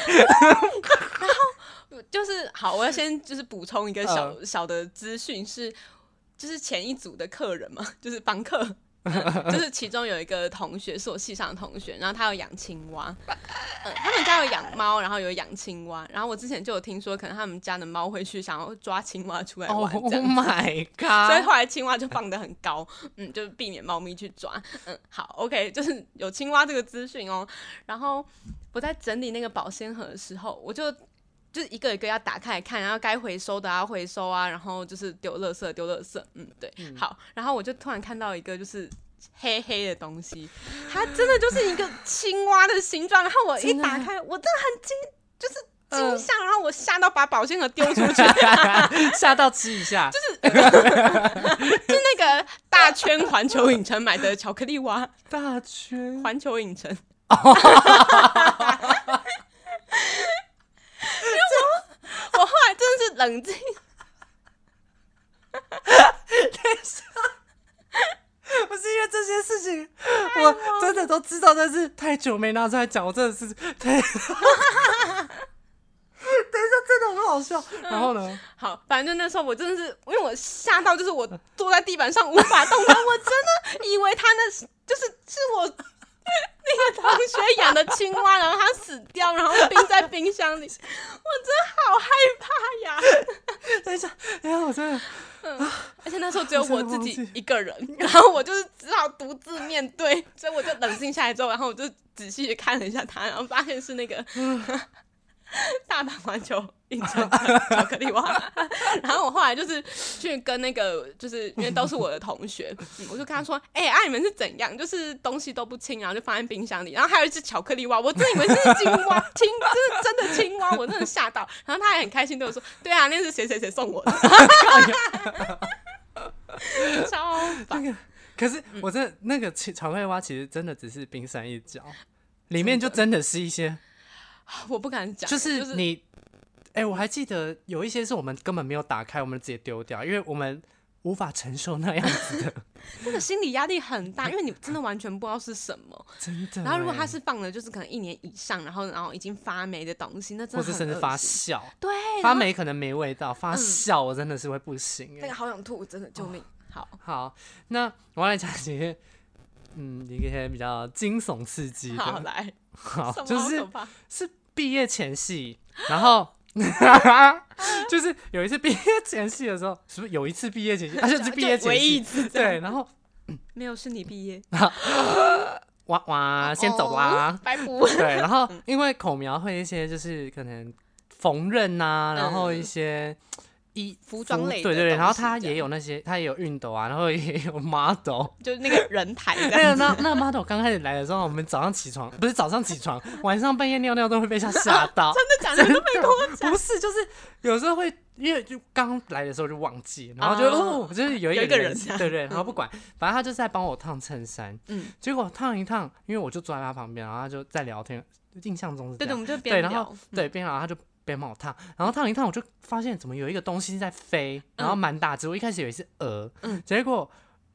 Speaker 2: 就是好，我要先就是补充一个小、
Speaker 1: 嗯
Speaker 2: 小的资讯是，就是前一组的客人嘛， 就是房客，就是其中有一个同学是我系上的同学，然后他有养青蛙，嗯他们家有养猫，然后有养青蛙，然后我之前就有听说，可能他们家的猫会去想要抓青蛙出来
Speaker 1: 哦
Speaker 2: 玩这样。
Speaker 1: ，Oh my
Speaker 2: 所以
Speaker 1: god！
Speaker 2: 后来青蛙就放得很高， 嗯，就是避免猫咪去抓。嗯，好，OK，就是有青蛙这个资讯哦。然后我在整理那个保鲜盒的时候，我就就是一个一个要打开来看，然后该回收的啊回收啊，然后就是丢垃圾丢垃圾，嗯，对，好。然后我就突然看到一个就是。黑黑的东西，它真的就是一个青蛙的形状。然后我一
Speaker 1: 真的啊
Speaker 2: 打开，我真的很惊，就是
Speaker 1: 嗯
Speaker 2: 惊吓，然后我吓到把保鲜盒丢出 去，
Speaker 1: 吓到吃一下，
Speaker 2: 是那个大圈环球影城买的巧克力蛙，
Speaker 1: 大圈
Speaker 2: 环球影城。因为我我后来真的是冷静，
Speaker 1: 不是因为这些事情，我真的都知道，但是太久没拿出来讲，我真的是 太。等一下，真的很好笑。
Speaker 2: 嗯
Speaker 1: 然后呢？
Speaker 2: 好，反正那时候我真的是，因为我吓到，就是我坐在地板上无法动弹，我真的以为他那是就是是我那个同学养的青蛙，然后它死掉，然后冰在冰箱里，我真的好害怕呀！
Speaker 1: 等一下，等一下，我真的，
Speaker 2: 而且那时候只有我
Speaker 1: 真的
Speaker 2: 自
Speaker 1: 忘
Speaker 2: 己
Speaker 1: 记
Speaker 2: 一个人，然后我就是只好独自面对，所以我就冷静下来之后，然后我就仔细地看了一下它，然后发现是 那个大阪环球影城的巧克力蛙。然后我后来就是去跟那个，就是因为都是我的同学，嗯我就跟他说：“哎、啊，你们是怎样？就是东西都不清，然后就放在冰箱里，然后还有一只巧克力蛙，我真的以为是青蛙，青，这是真的青蛙，我真的吓到。”然后他还很开心对我说：“对啊，那是谁谁谁送我的。”超
Speaker 1: 那
Speaker 2: 棒！
Speaker 1: 个，可是我真的那个其巧克力蛙其实真的只是冰山一角，里面就真的是一些，
Speaker 2: 我不敢讲，
Speaker 1: 就是你，哎、我还记得有一些是我们根本没有打开，我们直接丢掉，因为我们无法承受那样 子的，
Speaker 2: 那个心理压力 很大，因为你真的完全不知道是什么。
Speaker 1: 真的欸。
Speaker 2: 然后如果它是放了就是可能一年以上，然后然后已经发霉的东西，那真
Speaker 1: 或
Speaker 2: 的
Speaker 1: 是
Speaker 2: 很
Speaker 1: 甚至
Speaker 2: 恶
Speaker 1: 发
Speaker 2: 心
Speaker 1: 酵，
Speaker 2: 对，
Speaker 1: 发
Speaker 2: 然后嗯
Speaker 1: 霉可能没味道，发酵我真的是会不行、
Speaker 2: 那
Speaker 1: 哎
Speaker 2: 个好想吐，真的救命！哦好，
Speaker 1: 好，那我要来讲几些，嗯，一些比较惊悚刺激
Speaker 2: 好
Speaker 1: 的，
Speaker 2: 来，
Speaker 1: 好，
Speaker 2: 什么
Speaker 1: 就
Speaker 2: 好
Speaker 1: 是
Speaker 2: 可 怕
Speaker 1: 是毕业前戏，然后 就是有一次毕业前戏的时候，是不是有一次毕业前戏？而啊且是毕业
Speaker 2: 啊就唯
Speaker 1: 前
Speaker 2: 一一
Speaker 1: 戏，
Speaker 2: 次这样，
Speaker 1: 对，然后
Speaker 2: 没有是你 毕业，
Speaker 1: 哇哇，先走啦、
Speaker 2: 哦，拜拜。
Speaker 1: 对，然后
Speaker 2: 嗯
Speaker 1: 因为口苗会一些就是可能缝纫呐，然后一些衣
Speaker 2: 嗯服装类的
Speaker 1: 对对对，
Speaker 2: 东
Speaker 1: 然后
Speaker 2: 西
Speaker 1: 他
Speaker 2: 这
Speaker 1: 也
Speaker 2: 样
Speaker 1: 有那些，他也有熨斗啊， 然后也有 model。
Speaker 2: 就是那个人台这
Speaker 1: 那
Speaker 2: 样
Speaker 1: 个那那 model 刚开始来的时候，我们早上起床不是早上起床，晚上半夜尿尿都会被吓吓到。
Speaker 2: 真的假的？
Speaker 1: 真的不是，就是有时候会因为就刚来的时候就忘记，然后就、
Speaker 2: 哦
Speaker 1: 哦，就是有一
Speaker 2: 有一
Speaker 1: 个
Speaker 2: 个人这样
Speaker 1: 对对，然后不管，反正他就是在帮我烫衬衫，
Speaker 2: 嗯，
Speaker 1: 结果烫一烫，因为我就坐在他旁边，然后他就在聊天，印象中是这
Speaker 2: 对对，
Speaker 1: 样，
Speaker 2: 我们就
Speaker 1: 对，
Speaker 2: 边
Speaker 1: 然
Speaker 2: 聊
Speaker 1: 后，对边聊他就。边帮我烫，然后烫一烫，我就发现怎么有一个东西在飞，然后蛮大只。我一开始以为是鹅，
Speaker 2: 嗯
Speaker 1: 结果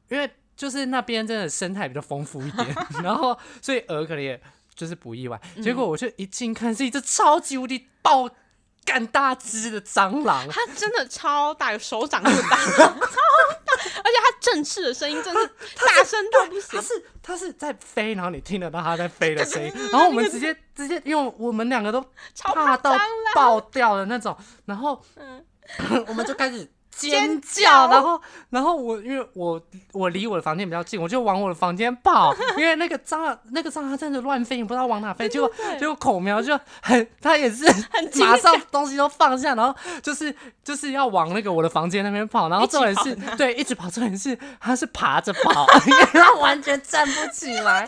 Speaker 1: 因为就是那边真的生态比较丰富一点，然后所以鹅可能也就是不意外。结果我就一近看是一只超级无敌爆干大只的蟑螂，
Speaker 2: 它真的超大，有手掌那么 大，超大，而且它振翅的声音真的大声到不行
Speaker 1: 它。是它是在飞，然后你听得到它在飞 的声音，然后我们直接直接用我们两个都
Speaker 2: 超
Speaker 1: 怕
Speaker 2: 怕
Speaker 1: 到
Speaker 2: 蟑
Speaker 1: 爆掉的那种，然后 我们就开始。尖叫，然后，然后我因为我我离我的房间比较近，我就往我的房间 跑，因为那个蟑螂那个蟑螂它真的乱飞，你不知道往哪飞，结果结果口苗就很，它也是
Speaker 2: 惊
Speaker 1: 马上东西都放下，然后就是就是要往那个我的房间那边跑，然后
Speaker 2: 一起
Speaker 1: 重点
Speaker 2: 跑
Speaker 1: 是
Speaker 2: 呢
Speaker 1: 对一直跑，重点是它是爬着 跑，因为它完全站不起来，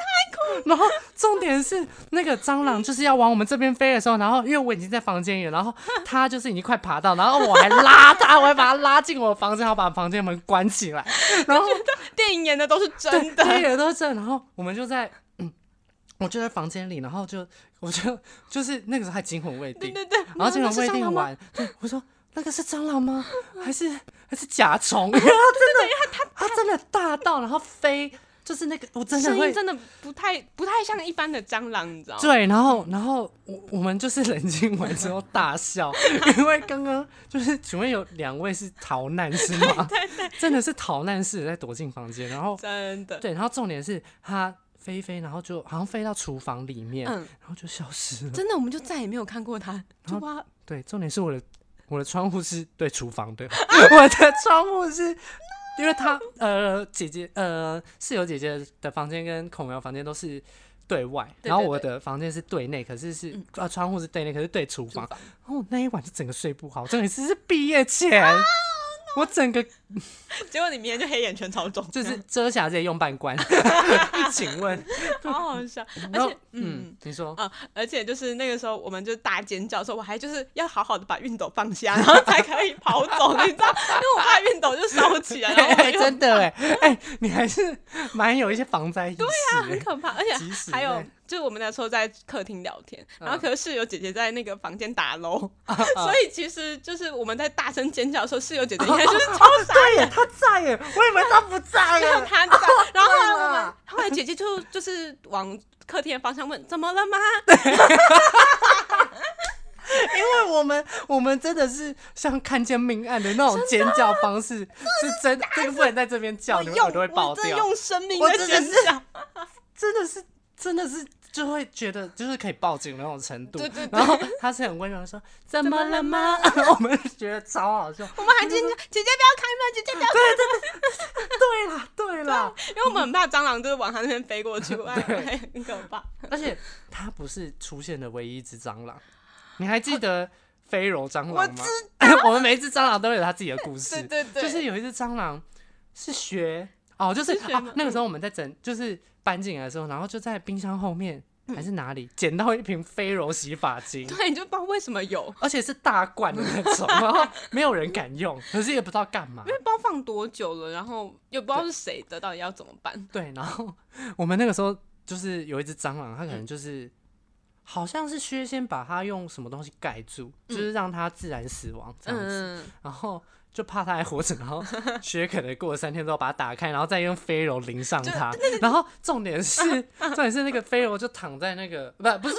Speaker 1: 然后重点是那个蟑螂就是要往我们这边飞的时候，然后因为我已经在房间里了，然后它就是已经快爬到，然后我还拉它，我还把它拉进我的房间，然后把房间门关起来，然后
Speaker 2: 电影演的都是 真的，
Speaker 1: 对，也都这样。然后我们就在，嗯我就在房间里，然后就我就就是那个时候还惊魂未定，
Speaker 2: 对对，
Speaker 1: 然后惊
Speaker 2: 那
Speaker 1: 魂
Speaker 2: 是
Speaker 1: 未
Speaker 2: 蟑
Speaker 1: 定
Speaker 2: 螂吗？嗯
Speaker 1: 完，对我说那个是蟑螂吗？还是还是甲虫？ 因为它真的， 它真的大到然后飞，就是那个我真的
Speaker 2: 声
Speaker 1: 会
Speaker 2: 音真的不太不太像一般的蟑螂，你知道吗？
Speaker 1: 对，然后然后我我们就是冷静完之后大 笑，因为刚刚就是请问有两位是逃难是 吗？真的是逃难式的在躲进房间，然后
Speaker 2: 真的，
Speaker 1: 对，然后重点是它飞一飞，然后就好像飞到厨房里面，
Speaker 2: 嗯，
Speaker 1: 然后就消失了。
Speaker 2: 真的，我们就再也没有看过它。就哇，
Speaker 1: 对，重点是我的我的窗户是对厨房 的，我的窗户是。因为它呃，姐姐呃，室友姐姐的房间跟孔苗房间都是对外，
Speaker 2: 对
Speaker 1: 然后
Speaker 2: 对
Speaker 1: 我
Speaker 2: 对
Speaker 1: 的房间是对内，可是是、
Speaker 2: 嗯
Speaker 1: 啊窗户是对内，可是对厨房。
Speaker 2: 房啊
Speaker 1: 然后我那一晚就整个睡不好，重点是是毕业前，我整个
Speaker 2: 结果你明天就黑眼圈超重，
Speaker 1: 就是遮瑕直接用半 关。请问，
Speaker 2: 好好笑。
Speaker 1: 然
Speaker 2: 而
Speaker 1: 后
Speaker 2: 且，嗯。，
Speaker 1: 你说
Speaker 2: 啊、而且就是那个时候，我们就大尖叫说，我还就是要好好的把熨斗放下，然后才可以跑走，你知道？因为我怕熨斗就烧起来，然后我
Speaker 1: 哎
Speaker 2: 们又
Speaker 1: 真的哎，哎，你还是蛮有一些防灾意 识
Speaker 2: 啊很
Speaker 1: 哎。
Speaker 2: 可怕，而且
Speaker 1: 即使
Speaker 2: 还有
Speaker 1: 在嗯
Speaker 2: 就是我们那时候在客厅聊天，然后可是室友姐姐在那个房间打楼，
Speaker 1: 啊
Speaker 2: 所以其实就是我们在大声尖叫的时候，室友姐姐应该就是超傻
Speaker 1: 对 耶，他在耶，我以为他不在
Speaker 2: 没有
Speaker 1: 耶。
Speaker 2: 她在， 然后后来
Speaker 1: 对
Speaker 2: 我们
Speaker 1: 啦
Speaker 2: 后来姐姐就就是往客厅的方向问怎么了吗？
Speaker 1: 因为我们我们真的是像看见命案的那种尖
Speaker 2: 啊
Speaker 1: 叫方式，是真这个不能在这边叫，
Speaker 2: 我
Speaker 1: 你们啊
Speaker 2: 用
Speaker 1: 耳朵会爆
Speaker 2: 我真的
Speaker 1: 掉，
Speaker 2: 用生命
Speaker 1: 我
Speaker 2: 在
Speaker 1: 真的
Speaker 2: 尖
Speaker 1: 是
Speaker 2: 叫，
Speaker 1: 真的是真的是就会觉得就是可以报警的那种程度。
Speaker 2: 对对
Speaker 1: 然后他是很温柔地说：“怎么了吗？” 我们觉得超好笑。
Speaker 2: 我们还尖叫，姐姐不要开门，姐姐不要，
Speaker 1: 对啦，对啦，
Speaker 2: 因为我们很怕蟑螂就是往他那边飞过 去，哎，哎很可怕。
Speaker 1: 而且它不是出现的唯一一只蟑螂，你还记得飞柔蟑
Speaker 2: 我
Speaker 1: 螂吗？ 我们每一只蟑螂都有它自己的故
Speaker 2: 对
Speaker 1: 事。
Speaker 2: 对对，
Speaker 1: 就是有一只蟑螂是学哦，就是
Speaker 2: 是学
Speaker 1: 啊
Speaker 2: 吗，嗯
Speaker 1: 那个时候我们在整就是搬进来的时候，然后就在冰箱后面还是哪里捡到一瓶飞柔洗发精，
Speaker 2: 嗯对，你就不知道为什么有，
Speaker 1: 而且是大罐的那 种，然后没有人敢用，可是也不知道干嘛
Speaker 2: 因。为不知道放多久了，然后也不知道是谁的，到底要怎么 办？
Speaker 1: 对，然后我们那个时候就是有一只蟑螂，它
Speaker 2: 嗯
Speaker 1: 可能就是。好像是薛先把它用什么东西盖住，就是让它自然死亡这样子。
Speaker 2: 嗯，
Speaker 1: 然后就怕它还活着，然后雪可能过了三天之后把它打开，然后再用飞柔淋上它。然后重点是，重点是那个飞柔就躺在那个不不是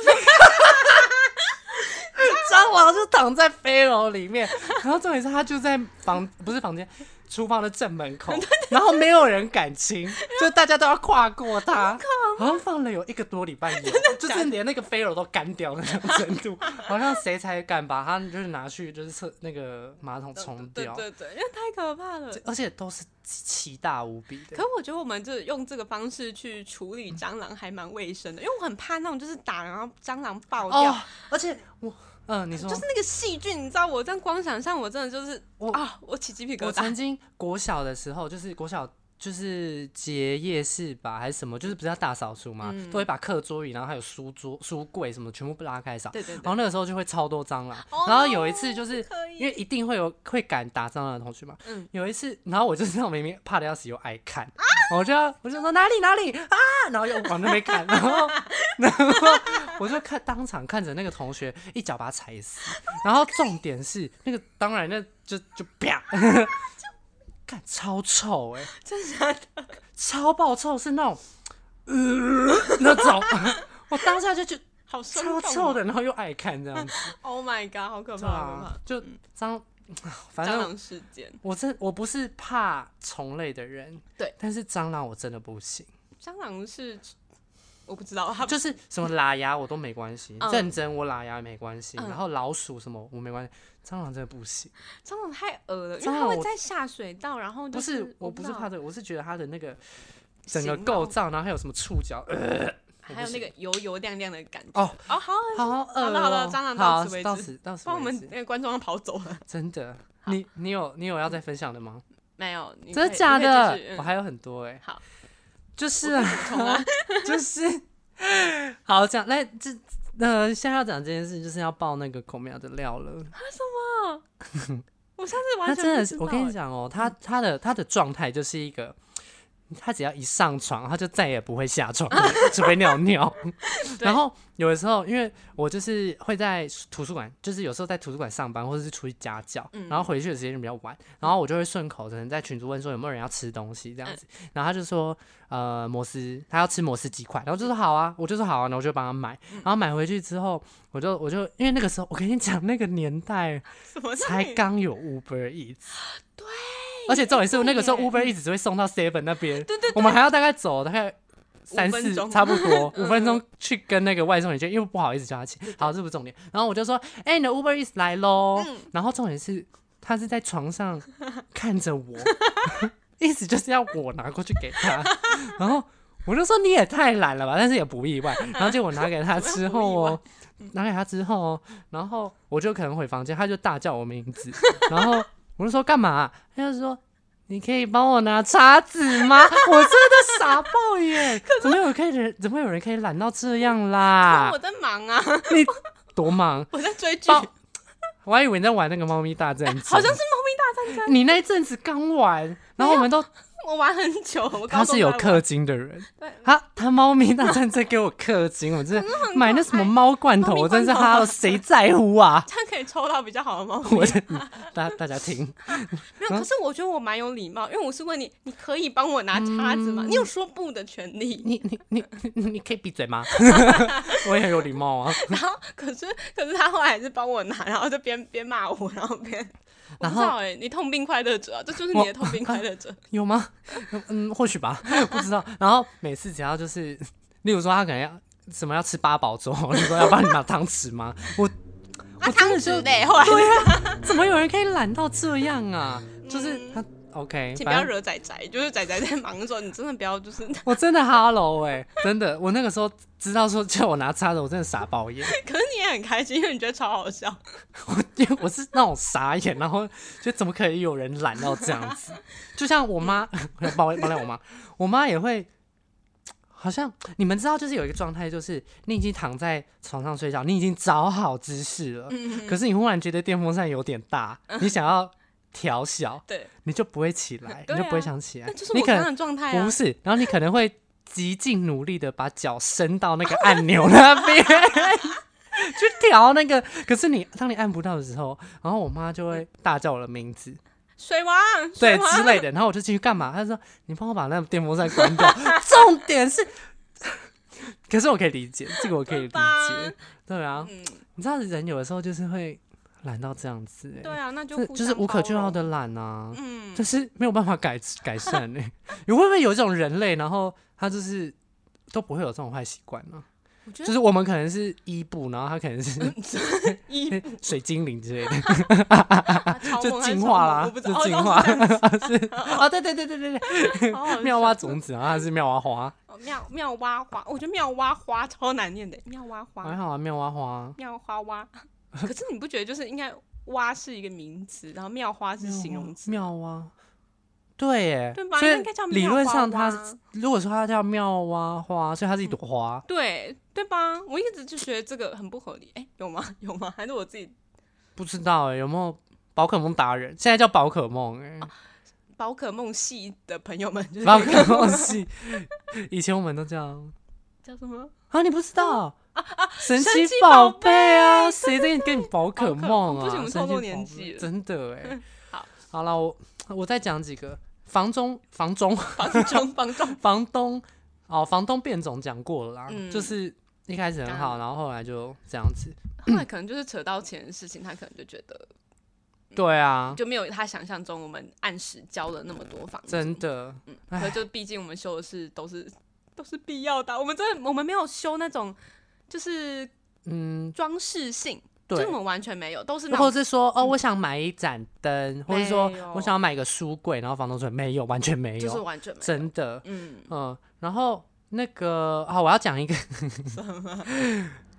Speaker 1: 蟑螂就躺在飞柔里面，然后重点是它就在房不是房间厨房的正门口，然后没有人敢亲，就大家都要跨过它。好像放了有一个多礼拜有，就是连那个飞柔都干掉的那种程度，好像谁才敢把它就是拿去就是厕那个马桶冲
Speaker 2: 对啊
Speaker 1: 掉，
Speaker 2: 对对， 因为太可怕了。
Speaker 1: 而且都是奇大无比的
Speaker 2: 可。我觉得我们这用这个方式去处理蟑螂还蛮卫生的，因为我很怕那种就是打然后蟑螂爆掉，
Speaker 1: 哦，而且我，嗯、你说，
Speaker 2: 就是那个细菌，你知道我这样光想象，我真的就是
Speaker 1: 我
Speaker 2: 啊，我起鸡皮疙
Speaker 1: 我
Speaker 2: 瘩
Speaker 1: 曾。经国小的时候，就是国小就是结夜市吧，还是什么，就是不是要大扫除嘛，
Speaker 2: 嗯
Speaker 1: 都会把课桌椅，然后还有书桌、书柜什么全部拉开扫。
Speaker 2: 对对对
Speaker 1: 然后那个时候就会超多蟑螂，
Speaker 2: 哦
Speaker 1: 然后有一次就是
Speaker 2: 不可以
Speaker 1: 因为一定会有会敢打蟑螂的同学嘛，
Speaker 2: 嗯啊
Speaker 1: 有一次，然后我就知道明明怕的要死又爱看，我就要我就说哪里哪里啊，然后又往那边看，然后 然后我就看当场看着那个同学一脚把他踩死，然后重点是那个当然那就就啪， 看超臭哎、
Speaker 2: 真的假的？
Speaker 1: 超爆臭是那种呃那种， 我当下就就
Speaker 2: 好生
Speaker 1: 超
Speaker 2: 动
Speaker 1: 臭
Speaker 2: 的
Speaker 1: 的，然后又爱看这样子。
Speaker 2: ！Oh my god，好可
Speaker 1: 对
Speaker 2: 怕，好
Speaker 1: 啊
Speaker 2: 可，
Speaker 1: 就蟑，
Speaker 2: 怕！
Speaker 1: 反
Speaker 2: 嗯蟑
Speaker 1: 正
Speaker 2: 螂事件，
Speaker 1: 我真我不是怕虫类的人，
Speaker 2: 对，
Speaker 1: 但是蟑螂我真的不行，
Speaker 2: 蟑螂是我不知道，它
Speaker 1: 就是什么拉牙我都没关系
Speaker 2: 嗯，
Speaker 1: 认真我拉牙也没关系，
Speaker 2: 嗯
Speaker 1: 然后老鼠什么我没关系，蟑螂真的不行。
Speaker 2: 蟑螂太恶了，因
Speaker 1: 蟑
Speaker 2: 为
Speaker 1: 螂
Speaker 2: 它会
Speaker 1: 我
Speaker 2: 在下水道，然后就
Speaker 1: 不是，
Speaker 2: 我
Speaker 1: 我不是
Speaker 2: 知道
Speaker 1: 怕这个，我是觉得它的那个整个
Speaker 2: 形
Speaker 1: 构
Speaker 2: 貌
Speaker 1: 造，然后还有什么触角，呃我
Speaker 2: 还有
Speaker 1: 不
Speaker 2: 那
Speaker 1: 行
Speaker 2: 个油油亮亮的感觉。
Speaker 1: 哦
Speaker 2: 哦， 好，
Speaker 1: 好恶
Speaker 2: 好了好了
Speaker 1: 哦
Speaker 2: 蟑螂到
Speaker 1: 好
Speaker 2: 此为
Speaker 1: 到
Speaker 2: 止
Speaker 1: 此到此
Speaker 2: 帮我
Speaker 1: 为
Speaker 2: 们
Speaker 1: 止，
Speaker 2: 那个观众要跑走了。
Speaker 1: 真的。你你有你有要再分享的吗？
Speaker 2: 没有，你
Speaker 1: 真
Speaker 2: 可
Speaker 1: 的
Speaker 2: 以
Speaker 1: 假
Speaker 2: 你可
Speaker 1: 的
Speaker 2: 以继续？嗯
Speaker 1: 我还有很多哎。
Speaker 2: 好，
Speaker 1: 就是啊， 就是好讲来这呃，现在要讲这件事，就是要爆那个孔苗的料了。
Speaker 2: 我上次
Speaker 1: 他
Speaker 2: 完全
Speaker 1: 真的
Speaker 2: 不
Speaker 1: 是，
Speaker 2: 知
Speaker 1: 我跟
Speaker 2: 道
Speaker 1: 你
Speaker 2: 欸
Speaker 1: 讲哦，他他的他的状态就是一个，他只要一上床，他就再也不会下床 了，除非尿尿。
Speaker 2: 对
Speaker 1: 然后有的时候，因为我就是会在图书馆，就是有时候在图书馆上班，或者是出去家教，
Speaker 2: 嗯
Speaker 1: 然后回去的时间比较晚，然后我就会顺口可能在群组问说有没有人要吃东西
Speaker 2: 嗯
Speaker 1: 这样子，然后他就说呃摩斯，他要吃摩斯鸡块，然后就说好啊，我就说好啊，然后我就帮他买，
Speaker 2: 嗯
Speaker 1: 然后买回去之后，我就我就因为那个时候我跟你讲那个年代。
Speaker 2: 什么叫
Speaker 1: 才
Speaker 2: 你
Speaker 1: 刚有 Uber Eats，对，而且重点是
Speaker 2: 对
Speaker 1: 那个时候
Speaker 2: 耶
Speaker 1: Uber Eats 只会送到 Seven 那边，
Speaker 2: 对对对
Speaker 1: 我们还要大概走大概三
Speaker 2: 分
Speaker 1: 四
Speaker 2: 钟
Speaker 1: 差不多 五分钟去跟那个外送员借，因为不好意思叫他钱。好，这不是重点。然后我就说，哎、你的 Uber Eats 来喽。
Speaker 2: 嗯
Speaker 1: 然后重点是他是在床上看着我，意思就是要我拿过去给他， 然后。我就说你也太懒了吧，但是也不意外。然后结果拿给他之后哦，拿给他之后哦，然后我就可能回房间，他就大叫我名字，然后我就说干嘛、他就说你可以帮我拿叉子吗？我真的傻爆耶！怎么有人可以人怎么有人可以懒到这样啦
Speaker 2: 我？在忙 啊，
Speaker 1: 你多忙！
Speaker 2: 我在追剧，
Speaker 1: 帮
Speaker 2: 好
Speaker 1: 我还以为你在玩那个猫咪大战 争，
Speaker 2: 像是猫咪大战争，
Speaker 1: 你那一阵子刚玩，然后我们都
Speaker 2: 我玩很久，我
Speaker 1: 他
Speaker 2: 高中
Speaker 1: 是有
Speaker 2: 才玩
Speaker 1: 氪金的人
Speaker 2: 对，
Speaker 1: 他他猫咪大战争给我氪金，我真 的买那什么猫罐头，
Speaker 2: 猫咪
Speaker 1: 我真是
Speaker 2: 罐头啊
Speaker 1: 哈喽，谁在乎 啊？
Speaker 2: 这样可以抽到比较好的猫 咪。
Speaker 1: 我嗯真的大大家听，
Speaker 2: 没有，可是我觉得我蛮有礼貌，因为我是问你，你可以帮我拿叉子
Speaker 1: 嗯
Speaker 2: 吗？你有说不的权 利。
Speaker 1: 你你你你你可以闭嘴 吗？ 我也很有礼貌啊。
Speaker 2: 然后，可是可是他后来还是帮我拿，然后就边边骂我，然后边。我
Speaker 1: 然
Speaker 2: 不
Speaker 1: 后
Speaker 2: 知道哎、你痛并快乐着啊，这就是你的痛并快乐着。
Speaker 1: 有 吗？嗯，或许吧，不知道。然后每次只要就是，例如说他可能要什么要吃八宝粥，你说要帮你拿汤匙吗？我
Speaker 2: 啊，
Speaker 1: 我真
Speaker 2: 汤
Speaker 1: 的啊
Speaker 2: 匙
Speaker 1: 就
Speaker 2: 嘞，后来
Speaker 1: 怎么有人可以懒到这样啊？就是他 OK，
Speaker 2: 请不
Speaker 1: 反
Speaker 2: 要
Speaker 1: 正
Speaker 2: 惹仔仔，就是仔仔在忙的时候，你真的不要就是，
Speaker 1: 我真的哈喽哎、真的，我那个时候知道说叫我拿叉子，我真的傻爆眼，
Speaker 2: 可是你也很开心，因为你觉得超好笑。
Speaker 1: 我因为我是那种傻眼，然后就怎么可以有人懒到这样子？就像我妈， 抱抱歉我妈，我妈也会。好像你们知道，就是有一个状态，就是你已经躺在床上睡觉，你已经找好姿势
Speaker 2: 嗯
Speaker 1: 了，可是你忽然觉得电风扇有点大，你想要调小，
Speaker 2: 对，
Speaker 1: 你就不会起来，你
Speaker 2: 对
Speaker 1: 就不会
Speaker 2: 啊
Speaker 1: 想起来
Speaker 2: 那就是，
Speaker 1: 你
Speaker 2: 我
Speaker 1: 可
Speaker 2: 刚
Speaker 1: 能
Speaker 2: 刚的状态啊
Speaker 1: 不。是，然后你可能会极尽努力的把脚伸到那个按钮那边 去调那个，可是你当你按不到的时候，然后我妈就会大叫我的名 字，
Speaker 2: 水王，
Speaker 1: 对
Speaker 2: 水王
Speaker 1: 之类的，然后我就进去干嘛？她就说你帮我把那个电风扇关掉。 重点是，可是我可以理解，这个我可以理
Speaker 2: 对吧
Speaker 1: 解，对啊，
Speaker 2: 嗯
Speaker 1: 你知道人有的时候就是会懒到这样子、欸，
Speaker 2: 对啊，那就
Speaker 1: 这
Speaker 2: 互
Speaker 1: 就是
Speaker 2: 相
Speaker 1: 无可
Speaker 2: 包
Speaker 1: 救药
Speaker 2: 容。
Speaker 1: 的懒啊，
Speaker 2: 嗯，
Speaker 1: 就是没有办法改改善呢、你会不会 有一种人类，然后他就是都不会有这种坏习惯呢？
Speaker 2: 我觉
Speaker 1: 就
Speaker 2: 得
Speaker 1: 是我们可能是伊布，然后他可能是
Speaker 2: 嗯 一
Speaker 1: 水精灵之类的，
Speaker 2: 啊超
Speaker 1: 就
Speaker 2: 萌还是
Speaker 1: 进
Speaker 2: 什
Speaker 1: 化
Speaker 2: 么
Speaker 1: 啦，
Speaker 2: 我不知
Speaker 1: 就
Speaker 2: 道哦
Speaker 1: 进
Speaker 2: 都是
Speaker 1: 化
Speaker 2: 这样
Speaker 1: 是啊，对对对对对对，
Speaker 2: 好好
Speaker 1: 妙
Speaker 2: 笑
Speaker 1: 蛙种子，然后啊他是妙蛙花，
Speaker 2: 哦妙妙蛙花，我觉得妙蛙花超难念的，妙蛙
Speaker 1: 还
Speaker 2: 花，
Speaker 1: 好啊，妙蛙花，
Speaker 2: 妙花蛙。 可是你不觉得就是应该蛙是一个名词，然后妙花是形容词？
Speaker 1: 妙蛙。啊对耶
Speaker 2: 对吧，
Speaker 1: 所
Speaker 2: 应
Speaker 1: 以
Speaker 2: 该叫
Speaker 1: 理
Speaker 2: 妙
Speaker 1: 论
Speaker 2: 蛙
Speaker 1: 上它
Speaker 2: 蛙
Speaker 1: 是，如果说它叫妙蛙花，所以它是一朵
Speaker 2: 嗯
Speaker 1: 花，
Speaker 2: 对对吧？我一直就觉得这个很不合理。哎、有吗？ 有吗？还是我自己
Speaker 1: 不知道哎有没有宝可梦达人？现在叫宝可梦哎，
Speaker 2: 宝可梦系的朋友们 就是
Speaker 1: 宝可梦系，以前我们都这样
Speaker 2: 叫什么？
Speaker 1: 啊，你不知 道神
Speaker 2: 神
Speaker 1: 奇
Speaker 2: 奇
Speaker 1: 宝
Speaker 2: 宝
Speaker 1: 贝啊，谁在跟你宝可梦啊？
Speaker 2: 宝可梦不行我们
Speaker 1: 神
Speaker 2: 透露
Speaker 1: 奇宝
Speaker 2: 年
Speaker 1: 贝
Speaker 2: 纪了
Speaker 1: 真的哎。
Speaker 2: 好，
Speaker 1: 好了，我我再讲几个房中房中
Speaker 2: 房中房中，
Speaker 1: 房东哦，房东变种讲过了啦，
Speaker 2: 嗯
Speaker 1: 就是一开始很好，然后后来就这样子。
Speaker 2: 后来可能就是扯到钱的事情，他可能就觉得
Speaker 1: 对啊，
Speaker 2: 就没有他想象中我们按时交了那么多房租。
Speaker 1: 真的，
Speaker 2: 可就毕竟我们修的是都是都是必要的啊，我们真的我们没有修那种就是
Speaker 1: 嗯，
Speaker 2: 装饰性，就
Speaker 1: 对
Speaker 2: 是我。们完全没有，都是那
Speaker 1: 或
Speaker 2: 种
Speaker 1: 者是说，哦，我想买一盏灯，或者说
Speaker 2: 嗯没有
Speaker 1: 我想要买个书柜，然后房东说没有，完全没
Speaker 2: 就是
Speaker 1: 有，
Speaker 2: 完全没有。
Speaker 1: 真的。
Speaker 2: 嗯，
Speaker 1: 嗯，然后那个啊，我要讲一个